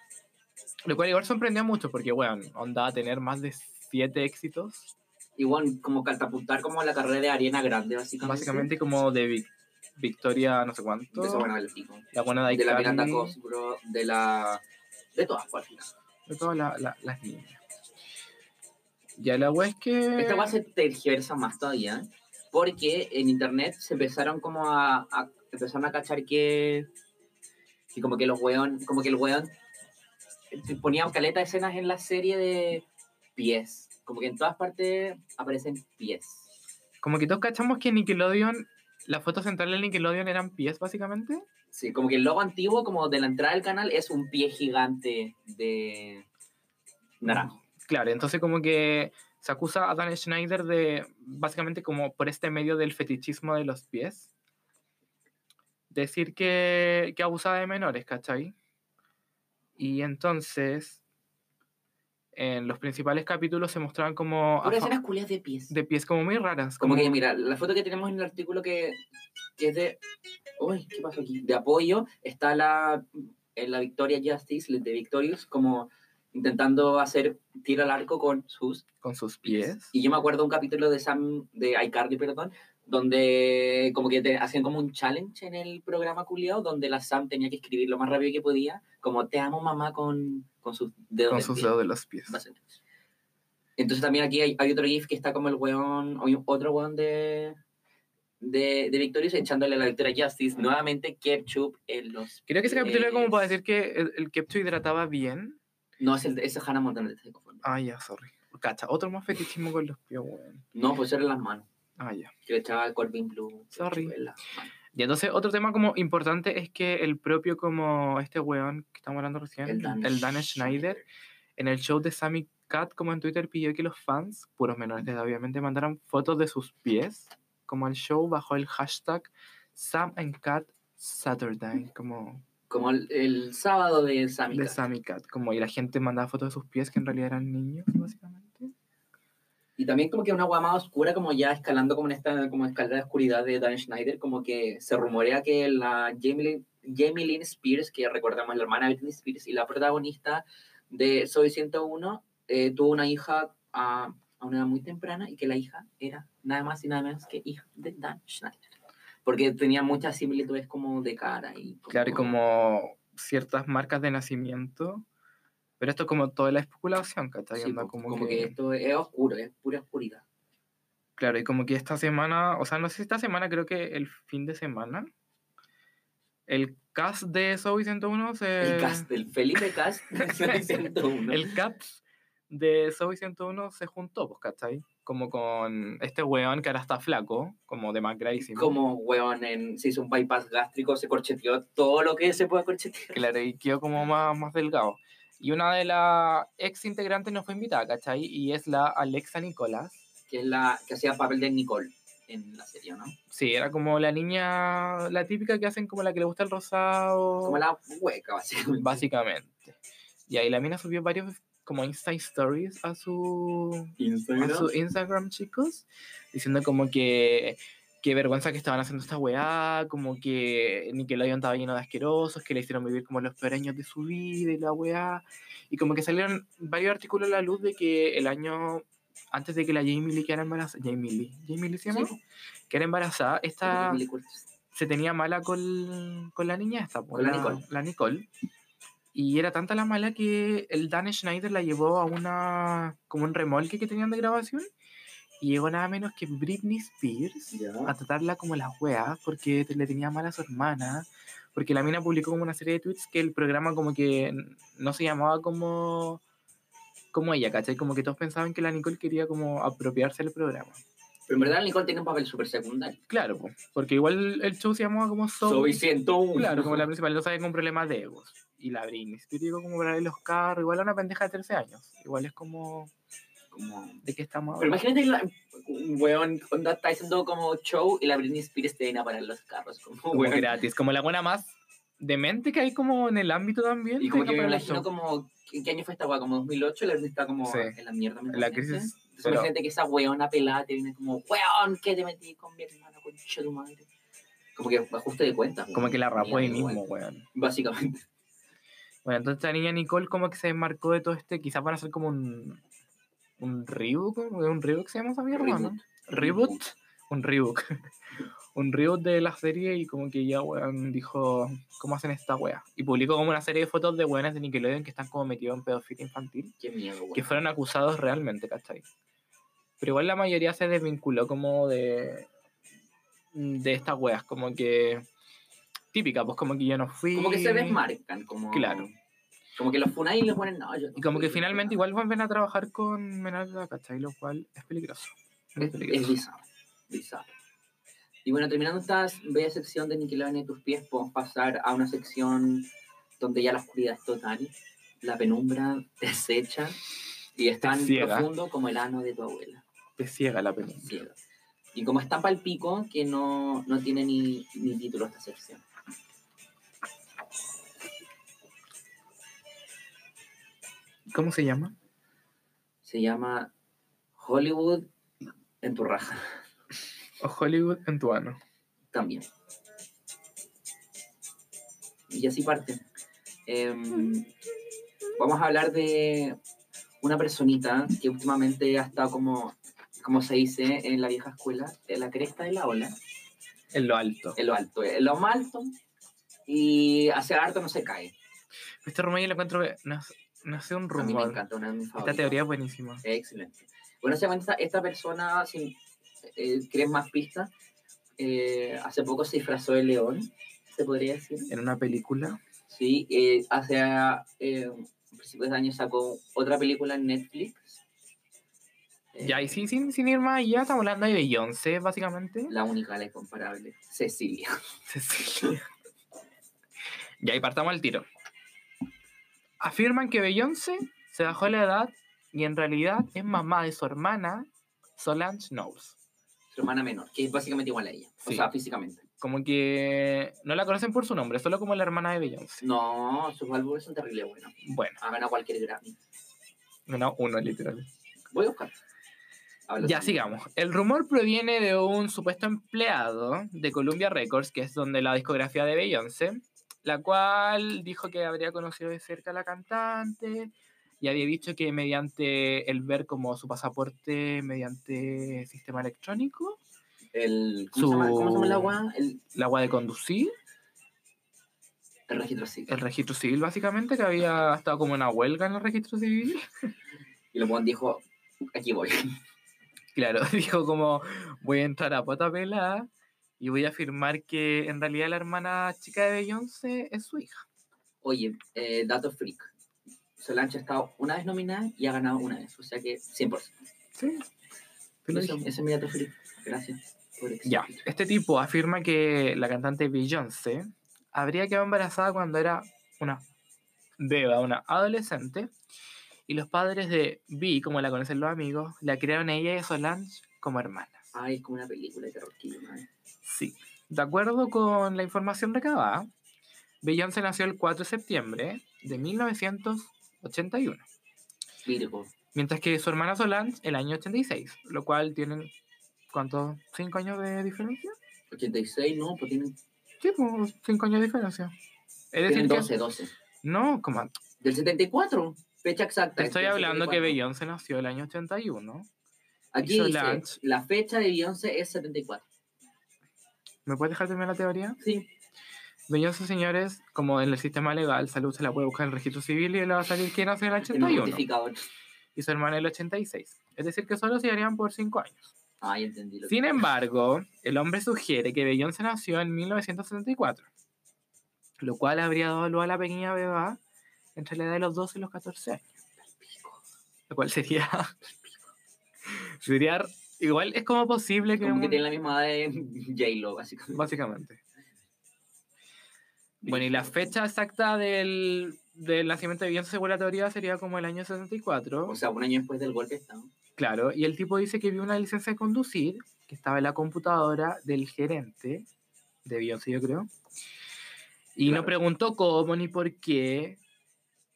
A: Lo cual igual sorprendió mucho porque, weón, onda tener más de siete éxitos.
B: Igual, como catapultar como la carrera de Ariana Grande, básicamente.
A: Básicamente como de Vic- Victoria no sé cuánto.
B: Entonces, bueno, el pico.
A: la buena de
B: De la
A: Icarly,
B: Pirata Cosbro, de la... De todas, pues, al final.
A: de todas la- la- las niñas. Ya la wea es que...
B: Esta va se tergiversa más todavía, ¿eh? porque en internet se empezaron como a, a- empezaron a cachar que, que como que los weón, como que el weón eh, ponía caleta de escenas en la serie de pies, como que en todas partes aparecen pies.
A: Como que todos cachamos que Nickelodeon, la foto central de Nickelodeon eran pies básicamente.
B: Sí, como que el logo antiguo, como de la entrada del canal, es un pie gigante de naranjo.
A: Claro, entonces como que se acusa a Dan Schneider de básicamente como por este medio del fetichismo de los pies. Decir que, que abusaba de menores, ¿cachai? Y entonces en los principales capítulos se mostraban como a
B: Puras
A: fa-
B: escenas culias de pies.
A: de pies como muy raras.
B: Como que, mira, la foto que tenemos en el artículo que, que es de. Uy, ¿qué pasó aquí? De apoyo, está la, en la Victoria Justice, la de Victorious, como intentando hacer tiro al arco con sus.
A: con sus pies.
B: Y yo me acuerdo un capítulo de Sam, de iCarly, perdón, donde como que te hacían como un challenge en el programa culiao, donde la Sam tenía que escribir lo más rápido que podía, como te amo mamá con, con sus dedos.
A: Con
B: del
A: sus
B: pie.
A: dedos de los pies.
B: Básicamente. Entonces también aquí hay, hay otro GIF que está como el weón, hay otro weón de, de, de Victorious echándole a la Victoria Justice nuevamente ketchup en los...
A: Creo que ese capítulo era como para
B: pies.
A: decir que el, el Kepcho hidrataba bien.
B: No, es el ese es Hannah Montana. te estoy confundiendo.
A: Ah, ya, sorry. Cacha, otro más fetichismo con los pies, weón.
B: No, pues eran las manos.
A: Ah, ya.
B: Que le echaba el Corbin Blue. ketchup
A: Sorry.
B: en las manos.
A: Y entonces otro tema como importante es que el propio como este weón que estamos hablando recién,
B: El Dan
A: Schneider,
B: Schneider.
A: en el show de Sammy Cat como en Twitter pidió que los fans, puros menores de edad obviamente, mandaran fotos de sus pies como al show bajo el hashtag Sam and Cat Saturday, como
B: Como el, el sábado de Sammy.
A: de
B: Cat.
A: Sammy Cat, como y la gente mandaba fotos de sus pies que en realidad eran niños básicamente.
B: Y también como que una guama oscura, como ya escalando como en esta como escalera de oscuridad de Dan Schneider, como que se rumorea que la Jamie Lynn- Jamie Lynn Spears, que recordamos la hermana de Britney Spears y la protagonista de Soy 101, eh, tuvo una hija a, a una edad muy temprana y que la hija era nada más y nada menos que hija de Dan Schneider. Porque tenía muchas similitudes como de cara y... como-
A: Claro, y como ciertas marcas de nacimiento. Pero esto es como toda la especulación, ¿cachai?
B: Sí,
A: Onda
B: po,
A: como,
B: como, que... esto es oscuro, es pura oscuridad.
A: Claro, y como que esta semana, o sea, no sé si esta semana, creo que el fin de semana, el cast de Zoey 101 se...
B: El cast, el Felipe Cast de Soy 101.
A: el cast de Zoey 101 se juntó, pues, ¿cachai? Como con este weón que ahora está flaco, como de McGraysimo.
B: como, weón, en- se hizo un bypass gástrico, se corcheteó todo lo que se puede corchetear.
A: Claro, y quedó como más, más delgado. Y una de las ex integrantes no fue invitada, ¿cachai? Y es la Alexa Nicolás.
B: Que es la que hacía papel de Nicole en la serie, ¿no?
A: Sí, era como la niña, la típica que hacen como la que le gusta el rosado,
B: Como la hueca, básicamente.
A: básicamente. Y ahí la mina subió varios como Insta Stories a su, a
B: Instagram.
A: su Instagram, chicos, diciendo como que qué vergüenza que estaban haciendo esta weá, como que Nickelodeon estaba lleno de asquerosos, que le hicieron vivir como los peores años de su vida y la weá. Y como que salieron varios artículos a la luz de que el año antes de que la Jamie Lee quedara embarazada, Jamie Lee, Jamie Lee se
B: Sí,
A: llama,
B: po,
A: que era embarazada, esta
B: Emily Curtis.
A: se tenía mala col- con la niña esta, po,
B: Con la Nicole.
A: la Nicole. Y era tanta la mala que el Dan Schneider la llevó a una como un remolque que tenían de grabación y llegó nada menos que Britney Spears
B: Ya.
A: a tratarla como las weas porque te- le tenía mal a su hermana, porque la mina publicó como una serie de tweets que el programa como que n- no se llamaba como como ella, ¿cachai? Como que todos pensaban que la Nicole quería como apropiarse del programa.
B: Pero en verdad Nicole tiene un papel súper secundario.
A: Claro, po, porque igual el show se llamaba como Soul
B: Soy 101.
A: Claro, como
B: [laughs]
A: la principal, entonces hay como un problema de egos. Y la Britney, si te digo como para los carros, igual a una pendeja de 13 años. Igual es como,
B: Como-
A: ¿de qué estamos
B: Pero
A: hablando?
B: imagínate, que la, un weón, cuando está haciendo como show y la Britney Spears te viene a parar los carros. Como,
A: Como
B: weón.
A: gratis, como la buena más demente que hay como en el ámbito también.
B: Y como que me
A: para los
B: imagino
A: shows.
B: como, ¿en qué año fue esta weá? Como 2008, la gente está como
A: Sí.
B: en la mierda.
A: En la
B: mentalmente.
A: crisis,
B: Entonces
A: pero-
B: imagínate que esa weona pelada te viene como, weón, ¿qué te metí con mi hermano, con tu madre? Como que ajuste de cuentas.
A: Como
B: weón.
A: que la rapó ahí
B: Mierda,
A: mismo,
B: weón.
A: weón.
B: Básicamente. [laughs]
A: Bueno, entonces la niña Nicole como que se desmarcó de todo este, quizás van a ser como un... Un reboot, como- un reboot que se llama esa mierda, ¿no?
B: Reboot.
A: reboot, un reboot, [laughs] un reboot de la serie y como que ya weón dijo, ¿cómo hacen esta wea? Y publicó como una serie de fotos de weones de Nickelodeon que están como metidos en pedofilia infantil,
B: Qué miedo, weón.
A: que fueron acusados realmente, ¿cachai? Pero igual la mayoría se desvinculó como de de estas weas, como que típica, pues como que yo no fui.
B: Como que se desmarcan. Como,
A: Claro.
B: Como que los funan y le ponen, no, yo no
A: Y como que
B: fui, yo no
A: finalmente
B: fui nada".
A: igual vuelven a trabajar con menores de edad, ¿cachai? Lo cual es peligroso. muy
B: Es, es
A: peligroso.
B: bizarro. Bizarro. Y bueno, terminando esta bella sección de Nickelodeon y tus pies, podemos pasar a una sección donde ya la oscuridad es total, la penumbra [laughs] te acecha y es tan
A: ciega.
B: profundo como el ano de tu abuela.
A: Te ciega la pena.
B: ciega. Y como está pal pico, que no, no tiene ni, ni título esta sección.
A: ¿Cómo se llama?
B: Se llama Hollywood en tu raja
A: O Hollywood en tu ano.
B: también. Y así parte. Em, vamos a hablar de una personita que últimamente ha estado como, como se dice en la vieja escuela, en la cresta de la ola,
A: En lo alto.
B: en lo alto, en lo más alto, y hacia harto no se cae.
A: Este rumor yo lo encuentro. que No, es- no sé un
B: A mí me
A: rumor.
B: encanta, una de mis
A: Esta
B: favoritas.
A: teoría es buenísima.
B: Excelente. Bueno, se cuenta, esta persona, si eh, quieres más pistas, eh, hace poco se disfrazó de león, se podría decir.
A: En una película.
B: Sí, eh, hace eh, principios de año sacó otra película en Netflix Eh,
A: Ya, y sin, sin, sin ir más, ya estamos hablando de Beyoncé,
B: [laughs]
A: básicamente.
B: La única, la incomparable. Cecilia.
A: Cecilia. ya, y partamos al tiro. Afirman que Beyoncé se bajó la edad y en realidad es mamá de su hermana Solange Knowles.
B: Su hermana menor, que es básicamente igual a ella. O
A: Sí.
B: sea, físicamente.
A: Como que no la conocen por su nombre, solo como la hermana de Beyoncé.
B: No, sus álbumes son terribles buenos.
A: Bueno,
B: Hagan a cualquier Grammy.
A: no, uno literal.
B: Voy a buscar. Habla
A: Ya
B: sobre-
A: sigamos. El rumor proviene de un supuesto empleado de Columbia Records, que es donde la discografía de Beyoncé, la cual dijo que habría conocido de cerca a la cantante y había dicho que mediante el ver como su pasaporte mediante sistema electrónico,
B: El, ¿cómo, se llama,
A: Su-
B: ¿Cómo se llama la agua? El,
A: la agua de conducir,
B: el registro sí.
A: el registro civil básicamente, que había estado como una huelga en el registro civil.
B: Y el buen dijo, aquí voy. [laughs]
A: Claro, [laughs] dijo como voy a entrar a pata pelada y voy a afirmar que en realidad la hermana chica de Beyoncé es su hija.
B: Oye, eh, dato freak. Solange ha estado una vez nominada y ha ganado una vez. O sea que 100%.
A: Sí.
B: Eso, ese es mi dato freak. Gracias. por
A: Ya,
B: existir.
A: este tipo afirma que la cantante Beyoncé habría quedado embarazada cuando era una beba, una adolescente, y los padres de Bee, como la conocen los amigos, la crearon a ella y a Solange como hermanas.
B: Ay, es como una película de terror que yo, madre.
A: Sí. De acuerdo con la información recabada, Beyoncé nació el 4 de septiembre de 1981,
B: Virgo.
A: mientras que su hermana Solange el año 86, lo cual tienen, ¿cuántos? ¿Cinco años de diferencia?
B: 86, no, pues tienen,
A: Sí, pues 5 años de diferencia. Es decir,
B: tienen
A: que-
B: 12, 12.
A: no, como
B: Del 74, fecha exacta.
A: te
B: del
A: estoy hablando que
B: 74.
A: Beyoncé nació el año 81.
B: Aquí
A: hizo
B: dice,
A: Lange.
B: la fecha de Beyoncé es 74.
A: ¿Me puedes dejar terminar la teoría?
B: Sí.
A: Beyoncé, señores, como en el sistema legal, salud se la puede buscar en el registro civil y le va a salir que nació en el
B: Tiene un
A: 81
B: justificador.
A: y su hermana el 86. Es decir, que solo se harían por 5 años.
B: Ay, entendí. Lo que-
A: Sin embargo, el hombre sugiere que Beyoncé nació en 1974, lo cual habría dado lugar a la pequeña beba entre la edad de los 12 y los 14 años. Lo cual sería. [laughs] sería. Igual es como posible que.
B: Como que
A: un-
B: tiene la misma edad de [laughs] J-Lo, básicamente.
A: Básicamente. Bueno, y la fecha exacta del, del nacimiento de Beyoncé, según la teoría, sería como el año 64.
B: O sea, un año después del golpe está.
A: Claro, y el tipo dice que vio una licencia de conducir que estaba en la computadora del gerente de Beyoncé, yo creo. Y no
B: Claro.
A: preguntó cómo ni por qué.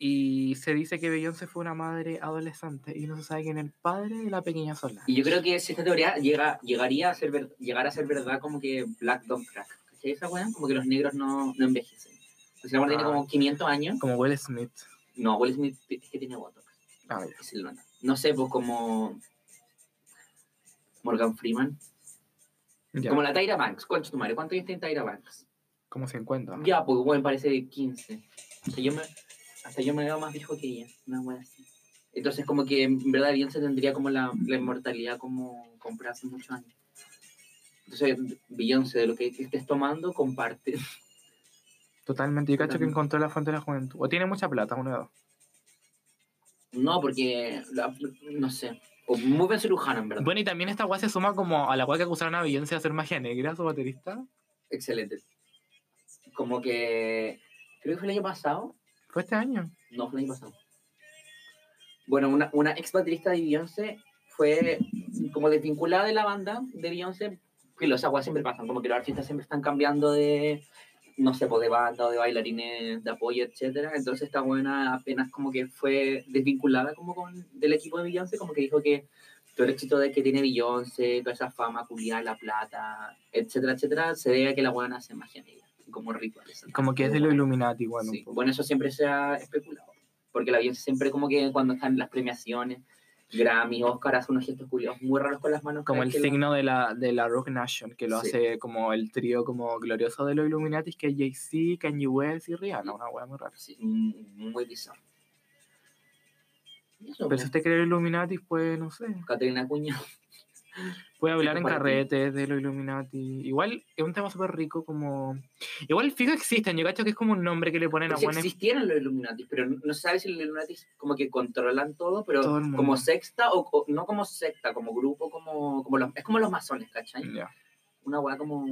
A: Y se dice que Beyoncé fue una madre adolescente y no se sabe quién es el padre de la pequeña Solange.
B: Y yo creo que si esta teoría llega, llegaría a ser ver- llegar a ser verdad como que Black Don't Crack. ¿Cachai esa weá? Como que los negros no, no envejecen. Pues si la weá tiene
A: Ah.
B: como 500 años.
A: Como Will Smith.
B: No, Will Smith es que tiene Botox.
A: Ah, ya.
B: Es el onda. No sé, pues como Morgan Freeman.
A: Ya,
B: Como la Tyra Banks. Concha tu madre, ¿cuántos años tiene Tyra Banks?
A: Como 50.
B: Ya, pues bueno, parece de 15. O sea, yo me, hasta yo me veo más viejo que ella, una wea así. Entonces, como que en verdad bien se tendría como la, la inmortalidad como compré hace muchos años. Entonces, Beyoncé, de lo que estés tomando, comparte.
A: Totalmente. Yo cacho que
B: Totalmente.
A: encontró la fuente de la juventud. O tiene mucha plata, uno de dos.
B: No, porque, la- no sé. O muy buen cirujano, en verdad.
A: Bueno, y también esta guay se suma como a la guay que acusaron a Beyoncé de hacer magia negra, su baterista.
B: Excelente. Como que, creo que fue el año pasado.
A: Fue este año.
B: No, fue el año pasado. Bueno, una, una ex baterista de Beyoncé fue como desvinculada de la banda de Beyoncé. Que los aguas siempre pasan, como que los artistas siempre están cambiando de, no sé, pues de banda o de bailarines de apoyo, etcétera. Entonces esta buena apenas como que fue desvinculada como con, del equipo de Beyoncé, como que dijo que todo el éxito de que tiene Beyoncé, toda esa fama, culiar la plata, etcétera, etcétera, se debe a que la buena hace magia negra, como rituales.
A: Como que es de lo Illuminati, igual. un
B: Sí,
A: poco.
B: Bueno, eso siempre se ha especulado. Porque la Beyoncé siempre como que cuando están las premiaciones, Grammy, Oscar, hace unos gestos curiosos muy raros con las manos.
A: Como
B: cada
A: el
B: vez que la-
A: signo de la, de la Rock Nation, que lo
B: Sí.
A: hace como el trío como glorioso de los Illuminati, que es Jay-Z, Kanye West y Rihanna, una hueá muy rara.
B: Sí, mm, muy bizarro. Y eso,
A: Pero si
B: pues,
A: usted cree en Illuminati, pues no sé.
B: Caterina Cuña.
A: Puede hablar en
B: pues, para ti.
A: carretes de lo Illuminati. Igual es un tema súper rico, como. Igual fijo existen, yo cacho que es como un nombre que le ponen a
B: Pues
A: buenas.
B: existieron los Illuminati, pero no no se sabe si los Illuminati como que controlan todo, pero
A: Todo el mundo.
B: como secta o, o- no como secta, como grupo, como, como los, es como los masones, ¿cachai?
A: Ya.
B: Una weá como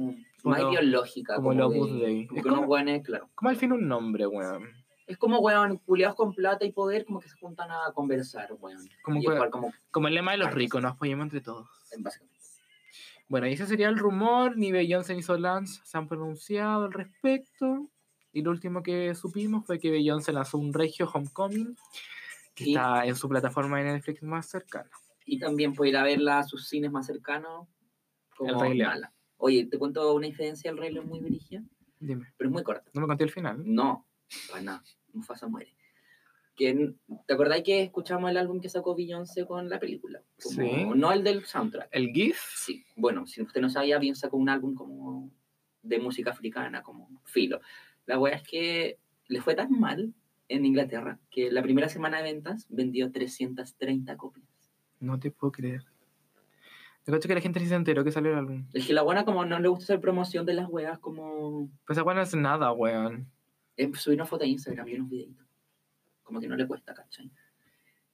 B: más
A: Como-
B: ideológica.
A: como el Opus
B: de-
A: Dei.
B: como
A: Es
B: que unos
A: como-
B: weones, eh, claro.
A: Como al fin un nombre, weón.
B: Es como weón, culiados con plata y poder, como que se juntan a conversar, weón.
A: Como
B: y
A: que-
B: a jugar como
A: Como el lema de los
B: Claro.
A: ricos, nos apoyemos entre todos.
B: básicamente.
A: Bueno, y ese sería el rumor. Ni Beyoncé ni Solange se han pronunciado al respecto. Y lo último que supimos fue que Beyoncé lanzó un regio Homecoming, que
B: Y,
A: está en su plataforma de Netflix más cercana.
B: y también puede ir a verla a sus cines más cercanos. Como
A: El Rey León.
B: mala. Oye, te cuento una diferencia del Rey León muy brígida,
A: Dime,
B: pero es muy corta.
A: no me conté el final.
B: No, para nada. Mufasa muere. Que n- ¿Te acordáis que escuchamos el álbum que sacó Beyoncé con la película? Como-
A: Sí.
B: No el del soundtrack.
A: ¿El GIF?
B: Sí, bueno, si usted no sabía, bien sacó un álbum como de música africana, como filo. La wea es que le fue tan mal en Inglaterra que la primera semana de ventas vendió 330 copias.
A: No te puedo creer. Te cacho que la gente ni se enteró que salió el álbum.
B: Es que la buena como no le gusta hacer promoción de las weas, como
A: Pues esa no es nada, weón.
B: es subir una foto a Instagram y unos videitos. Como que no le cuesta, ¿cachai?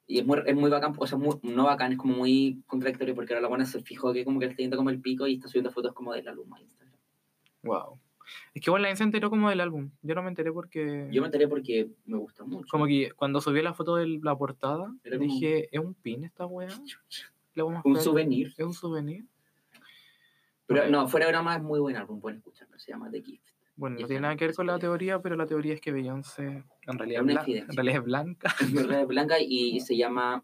B: Y es muy, es muy bacán, o sea, muy- no bacán, es como muy contradictorio porque ahora la buena se fijó que como que le está yendo como el pico y está subiendo fotos como de la luma a Instagram.
A: Wow. Es que igual la gente se enteró como del álbum. Yo no me enteré porque.
B: Yo me enteré porque me gusta mucho.
A: Como que cuando subí la foto de la portada,
B: Era como-
A: dije, ¿es un pin esta
B: [laughs]
A: weá? La vamos a
B: Un
A: hacer-
B: souvenir.
A: ¿Es un souvenir?
B: Pero
A: Ok.
B: no, fuera de broma es muy buen álbum, pueden escucharlo, se llama The Gift.
A: Bueno, no
B: Esa
A: tiene
B: no
A: nada que ver
B: es
A: con la
B: historia.
A: teoría, pero la teoría es que Beyoncé en realidad,
B: una
A: blan-
B: infidencia.
A: en realidad es blanca. [laughs]
B: Es muy re blanca y se llama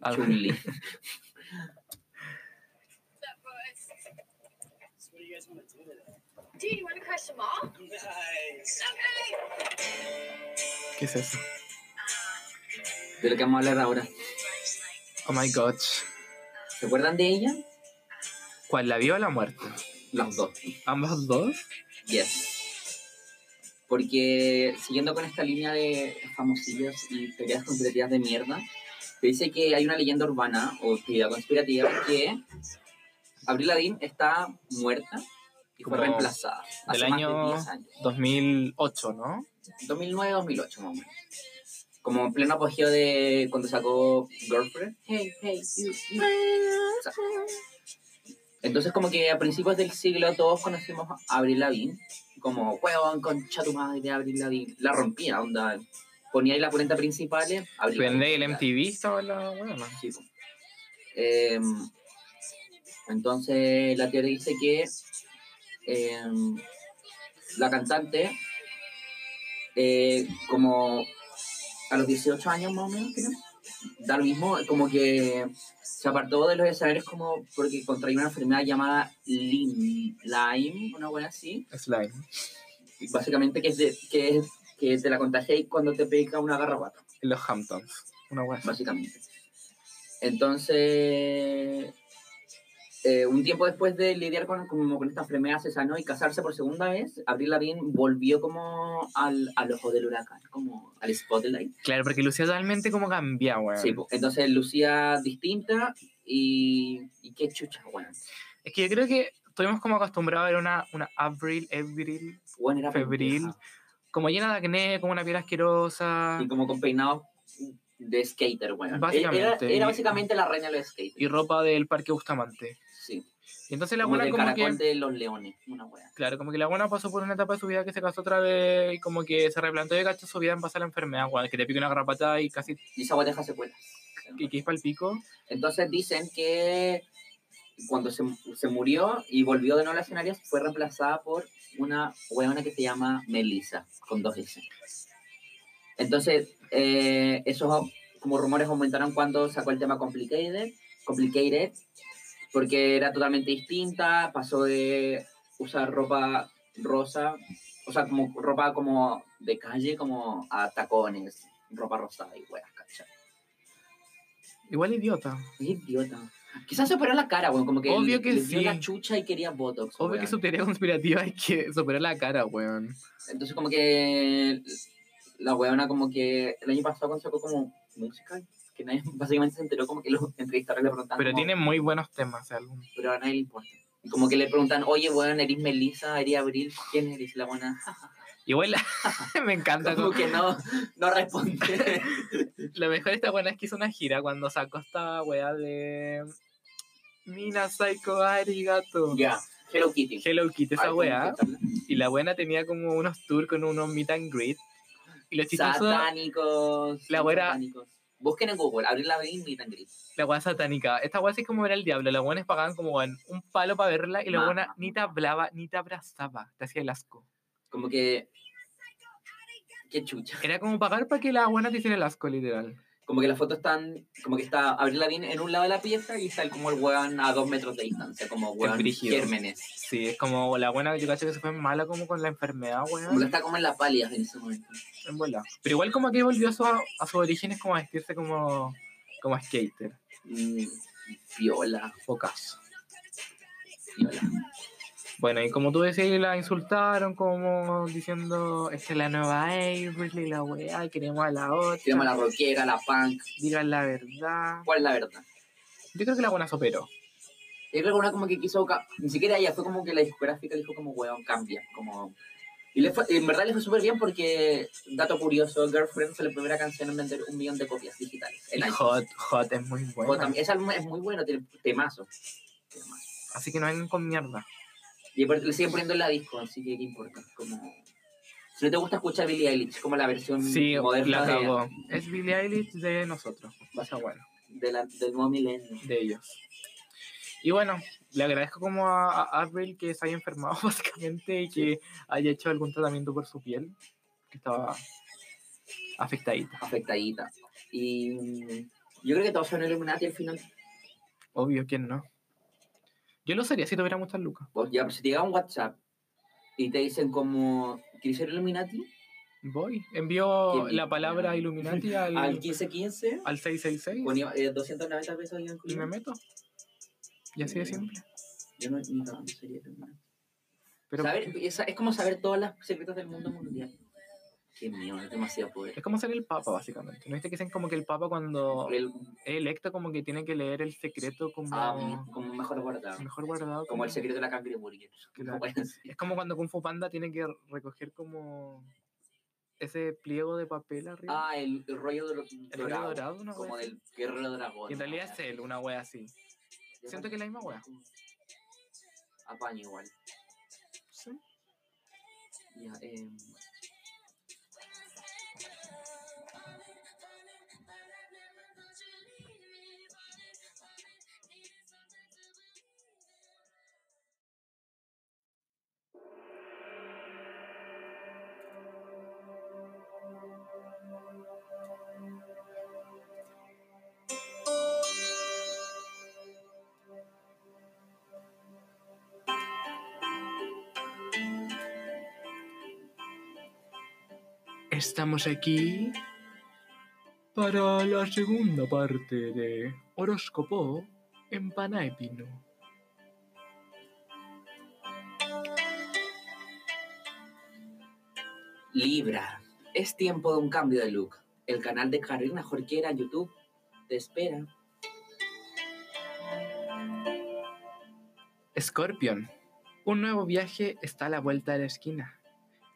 A: Ah.
B: Chun-Li.
H: Dude, you want to crush them all?
F: Nice.
H: Okay.
A: ¿Qué es eso?
B: De lo que vamos a hablar ahora.
A: Oh my god.
B: ¿Se acuerdan de ella?
A: ¿Cuál? ¿La viva o la muerte?
B: Las dos.
A: ¿Ambas dos?
B: Yes. Porque siguiendo con esta línea de famosillos y teorías conspirativas de mierda, se dice que hay una leyenda urbana o teoría conspirativa que Avril Lavigne está muerta y fue
A: Como
B: reemplazada hace
A: del
B: más
A: año-
B: de 10 años.
A: 2008, ¿no?
B: 2009-2008 más o menos. Como en pleno apogeo de cuando sacó Girlfriend. O sea, Entonces como que a principios del siglo todos conocimos a Avril Lavigne como huevón concha tu madre de Avril Lavigne. La rompía, onda. Ponía ahí las 40 principales. Avril
A: Vendé el
B: Lavigne,
A: MTV, estaba la weá, ¿no?
B: Sí, po. Em, entonces la teoría dice que em, la cantante, eh, como a los 18 años más o menos, creo, da lo mismo, como que se apartó de los escenarios como porque contraía una enfermedad llamada Lyme, Lyme, una buena así,
A: Slime.
B: y básicamente que, es de- que, es- que te la contagias cuando te pica una garrapata
A: En los Hamptons. Una weá. así.
B: básicamente. Entonces, eh, un tiempo después de lidiar con, como con esta enfermedad, se sanó y casarse por segunda vez, Avril Lavigne volvió como al, al ojo del huracán, como al spotlight.
A: Claro, porque lucía totalmente como cambia, weón.
B: Sí, po. entonces lucía distinta y, y qué chucha, bueno.
A: Es que yo creo que estuvimos como acostumbrados a ver una, una Avril, Avril,
B: Bueno, era
A: Febril.
B: pendeja.
A: como llena de acné, como una piel asquerosa.
B: Y como con peinados de skater, bueno. Era,
A: Básicamente.
B: era básicamente la reina del skater.
A: y ropa del Parque Bustamante.
B: Sí.
A: Y entonces la
B: Como
A: buena
B: del
A: como que...
B: caracol de los leones, una wea.
A: Claro, como que la buena pasó por una etapa de su vida que se casó otra vez y como que se replanteó de cacho su vida en base a la enfermedad, weón, que te pica una garrapata y casi
B: Y esa wea deja secuelas.
A: que, que es pa'l pico.
B: Entonces dicen que cuando se, se murió y volvió de nuevo a la escenario, fue reemplazada por una huevona que se llama Melissa, con dos S. Entonces, eh, esos como rumores aumentaron cuando sacó el tema Complicated, Complicated, porque era totalmente distinta, pasó de usar ropa rosa, o sea, como ropa como de calle, como a tacones, ropa rosada y huevas, ¿cachai?
A: Igual idiota.
B: Qué idiota. Quizás se operó la cara, weón. Como que
A: Obvio
B: le-
A: que
B: le dio
A: sí.
B: la chucha y quería botox.
A: Obvio que
B: weón.
A: su teoría conspirativa es que superó la cara, weón.
B: Entonces, como que la weona, como que el año pasado cuando sacó como música, que nadie [laughs] básicamente se enteró como que los entrevistadores le preguntaban.
A: Pero
B: como-
A: tiene muy buenos temas de álbum.
B: pero a nadie le importa. Y Como que le preguntan, oye, weón, eres Melissa, eres Abril, ¿quién eres? Y
A: [laughs]
B: la buena,
A: Igual me encanta.
B: como
A: como-
B: que no, no
A: [laughs]
B: responde.
A: Lo mejor de esta buena es que hizo una gira cuando sacó esta weá de. Mina Psycho Arigato.
B: ya, Hello Kitty.
A: Hello Kitty,
B: Ay,
A: esa
B: ¿cómo
A: weá.
B: se habla?
A: Y la buena tenía como unos tours con unos meet and greet. Y lo chistoso,
B: Satánicos.
A: La
B: son
A: güera-
B: satánicos. Busquen en Google, Abril Lavigne y Tan Gris.
A: la weá satánica. Esta weá así como era el diablo. Las buenas pagaban como weón, un palo para verla y la
B: Ma-
A: buena ni te hablaba ni te abrazaba. Te hacía el asco.
B: Como que. Qué chucha.
A: Era como pagar para que la buena te hiciera el asco, literal.
B: Como que las fotos están. Como que está Abril Lavigne en un lado de la pieza y está el- como el weón a dos metros de distancia, como weón
A: brígido.
B: gérmenes.
A: Sí, es como la buena, yo cacho que se fue mala como con la enfermedad,
B: Como que
A: weón.
B: está como en la pálida en ese momento.
A: En bola. Pero igual como que volvió a su- a sus orígenes como a vestirse como, como skater.
B: Mm, viola,
A: Pocas.
B: viola.
A: Bueno, y como tú decías, la insultaron como diciendo, esta es la nueva Avril, la weá, queremos a la otra.
B: Tenemos la rockera, la punk.
A: Digan la verdad.
B: ¿Cuál es la verdad?
A: Yo creo que la buena se operó.
B: Yo creo que una como que quiso, ca- ni siquiera ella, fue como que la discográfica dijo como, weón, cambia, como... Y le fue, en verdad le fue súper bien porque, dato curioso, Girlfriend fue la primera canción en vender un millón de copias digitales. En
A: Y
B: iTunes.
A: Hot, Hot es muy
B: Como
A: buena.
B: tam- Ese álbum es muy bueno, tiene temazo. temazo.
A: Así que no vengan con mierda.
B: Y aparte le siguen poniendo en la disco, así que qué importa. Como... Si no te gusta escuchar Billie Eilish, como la versión
A: Sí,
B: moderna
A: la
B: de-
A: cagó. Es Billie Eilish de nosotros. Pasa bueno.
B: de la- del nuevo milenio.
A: de ellos. Y bueno, le agradezco como a, a Avril que se haya enfermado [laughs] básicamente y que haya hecho algún tratamiento por su piel, que estaba afectadita.
B: afectadita. Y mm, yo creo que todos son Illuminati al final.
A: Obvio, ¿quién no? Yo lo sería si tuviera muchas lucas.
B: Vos pues ya, si te llega un WhatsApp y te dicen como, ¿quieres ser Illuminati?
A: Voy, envío
B: ¿Quién?
A: la palabra
B: [laughs]
A: Illuminati al,
B: Al
A: Mm. al
B: 1515 con
A: 666
B: IVA, eh, 290 pesos IVA
A: y me
B: incluido.
A: meto. Y así de simple.
B: Yo no, ni cagando sería Illuminati.
A: Pero
B: Saber- esa- es como saber todas las secretas del mundo mundial. Qué mío, es demasiado poder.
A: es como ser el Papa, básicamente. ¿No viste que dicen como que el Papa cuando es
B: El-
A: electo como que tiene que leer el secreto como
B: ah, mm, como mejor guardado.
A: mejor guardado?
B: Como el secreto de la cangreburger.
A: Claro.
B: Bueno, sí.
A: Es como cuando Kung Fu Panda tiene que recoger como ese pliego de papel arriba.
B: Ah, el, el rollo de
A: el rollo dorado, una
B: Como
A: wea así.
B: del guerrero dragón. Ah,
A: Y en realidad
B: ¿no?
A: es él, una wea así.
B: Yo
A: Siento que es la misma wea.
B: Apaño igual. Ya, eh,
G: Estamos aquí para la segunda parte de Horóscopo en Panaepino.
B: Libra, es tiempo de un cambio de look. El canal de Karina Jorquera en YouTube te espera.
A: Scorpion. Un nuevo viaje está a la vuelta de la esquina.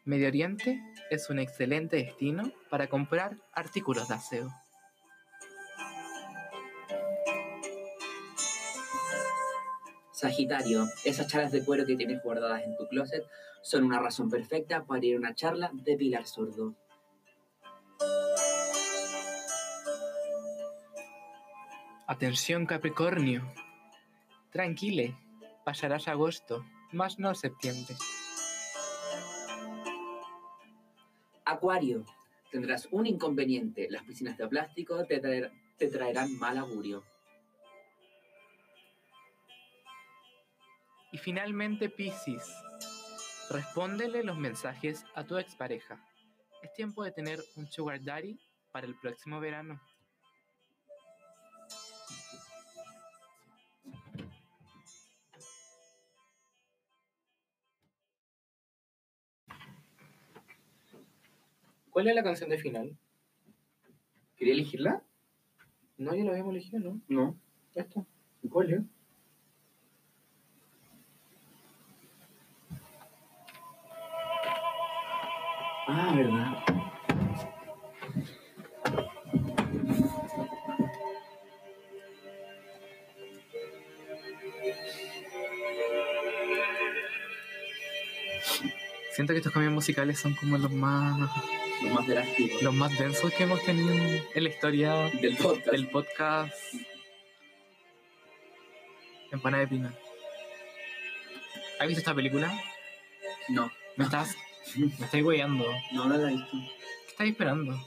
A: Medio Oriente es un excelente destino para comprar artículos de aseo.
B: Sagitario, esas charlas de cuero que tienes guardadas en tu closet son una razón perfecta para ir a una charla de Pilar Zurdo.
A: Atención Capricornio. Tranquile, pasarás agosto, más no septiembre.
B: Acuario, tendrás un inconveniente. Las piscinas de plástico te, traer- te traerán mal augurio.
A: Y finalmente, Piscis. Respóndele los mensajes a tu expareja. Es tiempo de tener un sugar daddy para el próximo verano. ¿Cuál es la canción de final?
B: ¿Quería elegirla?
A: No, ya lo habíamos elegido, ¿no?
B: No.
A: Esto.
B: ¿Cuál es? Ah, verdad.
A: Siento que estos cambios musicales son como los más
B: Lo más drástico
A: los más densos que hemos tenido en la historia
B: del podcast.
A: del podcast Empana de Pino. ¿Has visto esta película?
B: No,
A: Me estás. Me estáis weyando.
B: no lo he visto.
A: ¿Qué estáis esperando?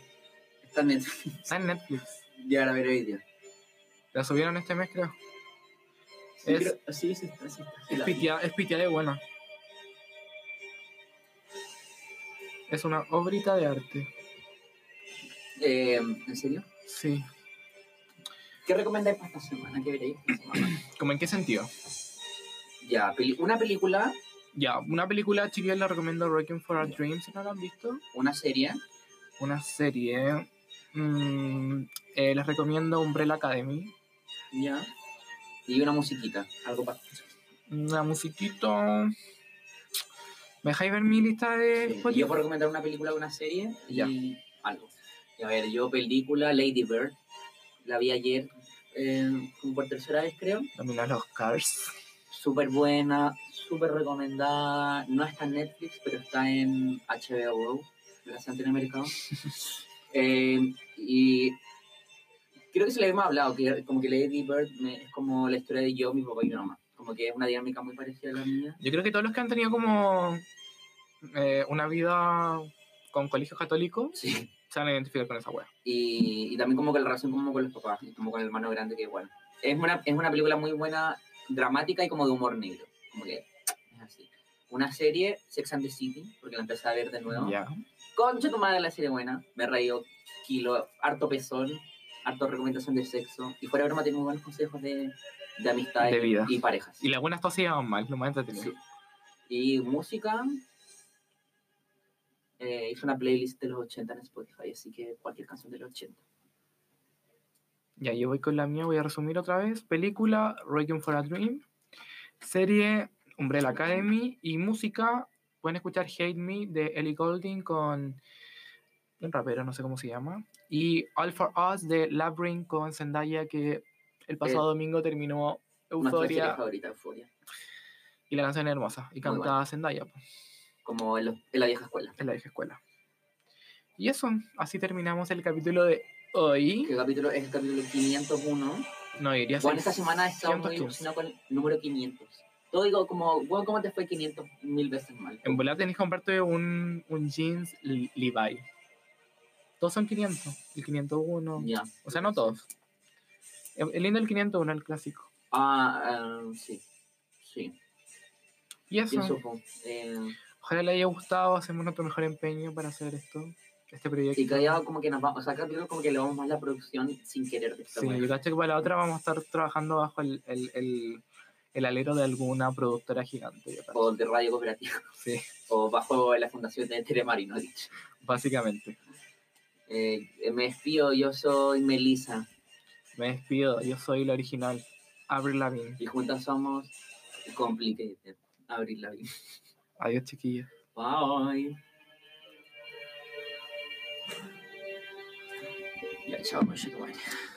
B: Está en
A: Está en Netflix.
B: Ya la veré hoy día.
A: La subieron este mes, creo.
B: Sí,
A: Es-
B: creo- sí, sí, está, sí, está. Sí,
A: Es
B: la-
A: piteada, es piteada de buena. Es una obrita de arte.
B: Eh, ¿En serio?
A: Sí.
B: ¿Qué recomendáis para esta semana? ¿Qué veréis esta semana?
A: ¿Cómo en qué sentido?
B: ya, peli- una película,
A: Ya, una película, chiquillos, la recomiendo Wrecking for Our Dreams, si no la han visto.
B: una serie.
A: Una serie. mm, eh, les recomiendo Umbrella Academy.
B: Ya. Y una musiquita, algo para
A: Una musiquita. ¿Me dejáis ver mi lista de Spotify?
B: Yo puedo recomendar una película o una serie y
A: Eh, Ya.
B: algo. Y a ver, yo película Lady Bird, la vi ayer eh, como por tercera vez creo.
A: Nominada a los Cars.
B: Súper buena, súper recomendada. No está en Netflix, pero está en HBO Go, gracias Antonio Mercado. Eh, y creo que se le hemos hablado, que como que Lady Bird me- es como la historia de yo, mi papá y mi mamá. Como que es una dinámica muy parecida a la mía.
A: Yo creo que todos los que han tenido como eh, una vida con colegio católico
B: Sí.
A: se van a identificar con esa wea.
B: y, y también como que la relación como con los papás y como con el hermano grande que igual. Es una, es una película muy buena, dramática y como de humor negro, como que es así. Una serie, Sex and the City, porque la empecé a ver de nuevo.
A: Ya.
B: Concha tu madre la serie buena, me he reído kilo, harto pezón, harto recomendación de sexo, y fuera de broma tiene muy buenos consejos de, de amistad
A: De vida.
B: y parejas.
A: Y las buenas todas se llevan mal, lo más entretenido.
B: Sí. Y música. eh, hice una playlist de los 80 en Spotify, así que cualquier canción de los 80.
A: Ya, yo voy con la mía, voy a resumir otra vez. Película, Requiem for a Dream. Serie, Umbrella Academy. Y música, pueden escuchar Hate Me de Ellie Golding con un rapero, no sé cómo se llama. Y All for Us de Labyrinth con Zendaya, que el
B: Eh,
A: pasado domingo terminó
B: Nuestra serie
A: Euforia.
B: favorita, Euforia.
A: Y la canción es hermosa. Y canta
B: buena.
A: Zendaya, po,
B: como en, los- en la vieja escuela.
A: en la vieja escuela. Y eso, así terminamos el capítulo de hoy.
B: ¿Qué capítulo es el capítulo 501?
A: No, diría
B: Bueno, esta semana he estado muy
A: 615.
B: ilusionado con el número 500. Todo digo como, bueno, ¿cómo te fue 500 mil veces mal?
A: En volar tenés que comprarte un, un jeans Le- Levi. Todos son 500. El 501.
B: Ya.
A: O sea, no todos. El el lindo el 501, el clásico.
B: Ah, ah, sí. Sí.
A: Y eso.
B: Pienso, po, eh,
A: Ojalá le haya gustado. Hacemos nuestro mejor empeño para hacer esto. Este proyecto.
B: y que ya como que nos vamos, o sea, capítulo como que le vamos más la producción sin querer de esta
A: Sí, yo
B: manera.
A: cacho que para la otra vamos a estar trabajando bajo el, el, el- el alero de alguna productora gigante. yo cacho.
B: O de radio cooperativa.
A: Sí,
B: O bajo la fundación de Telemarino, dicho.
A: básicamente.
B: Eh, eh, me despido, yo soy Melissa.
A: Me despido. Yo soy la original. Avril Lavigne.
B: Y juntas somos Complicated. Abril la vida.
A: Adiós, chiquillos.
B: Bye. Ya, chao, concha tu madre.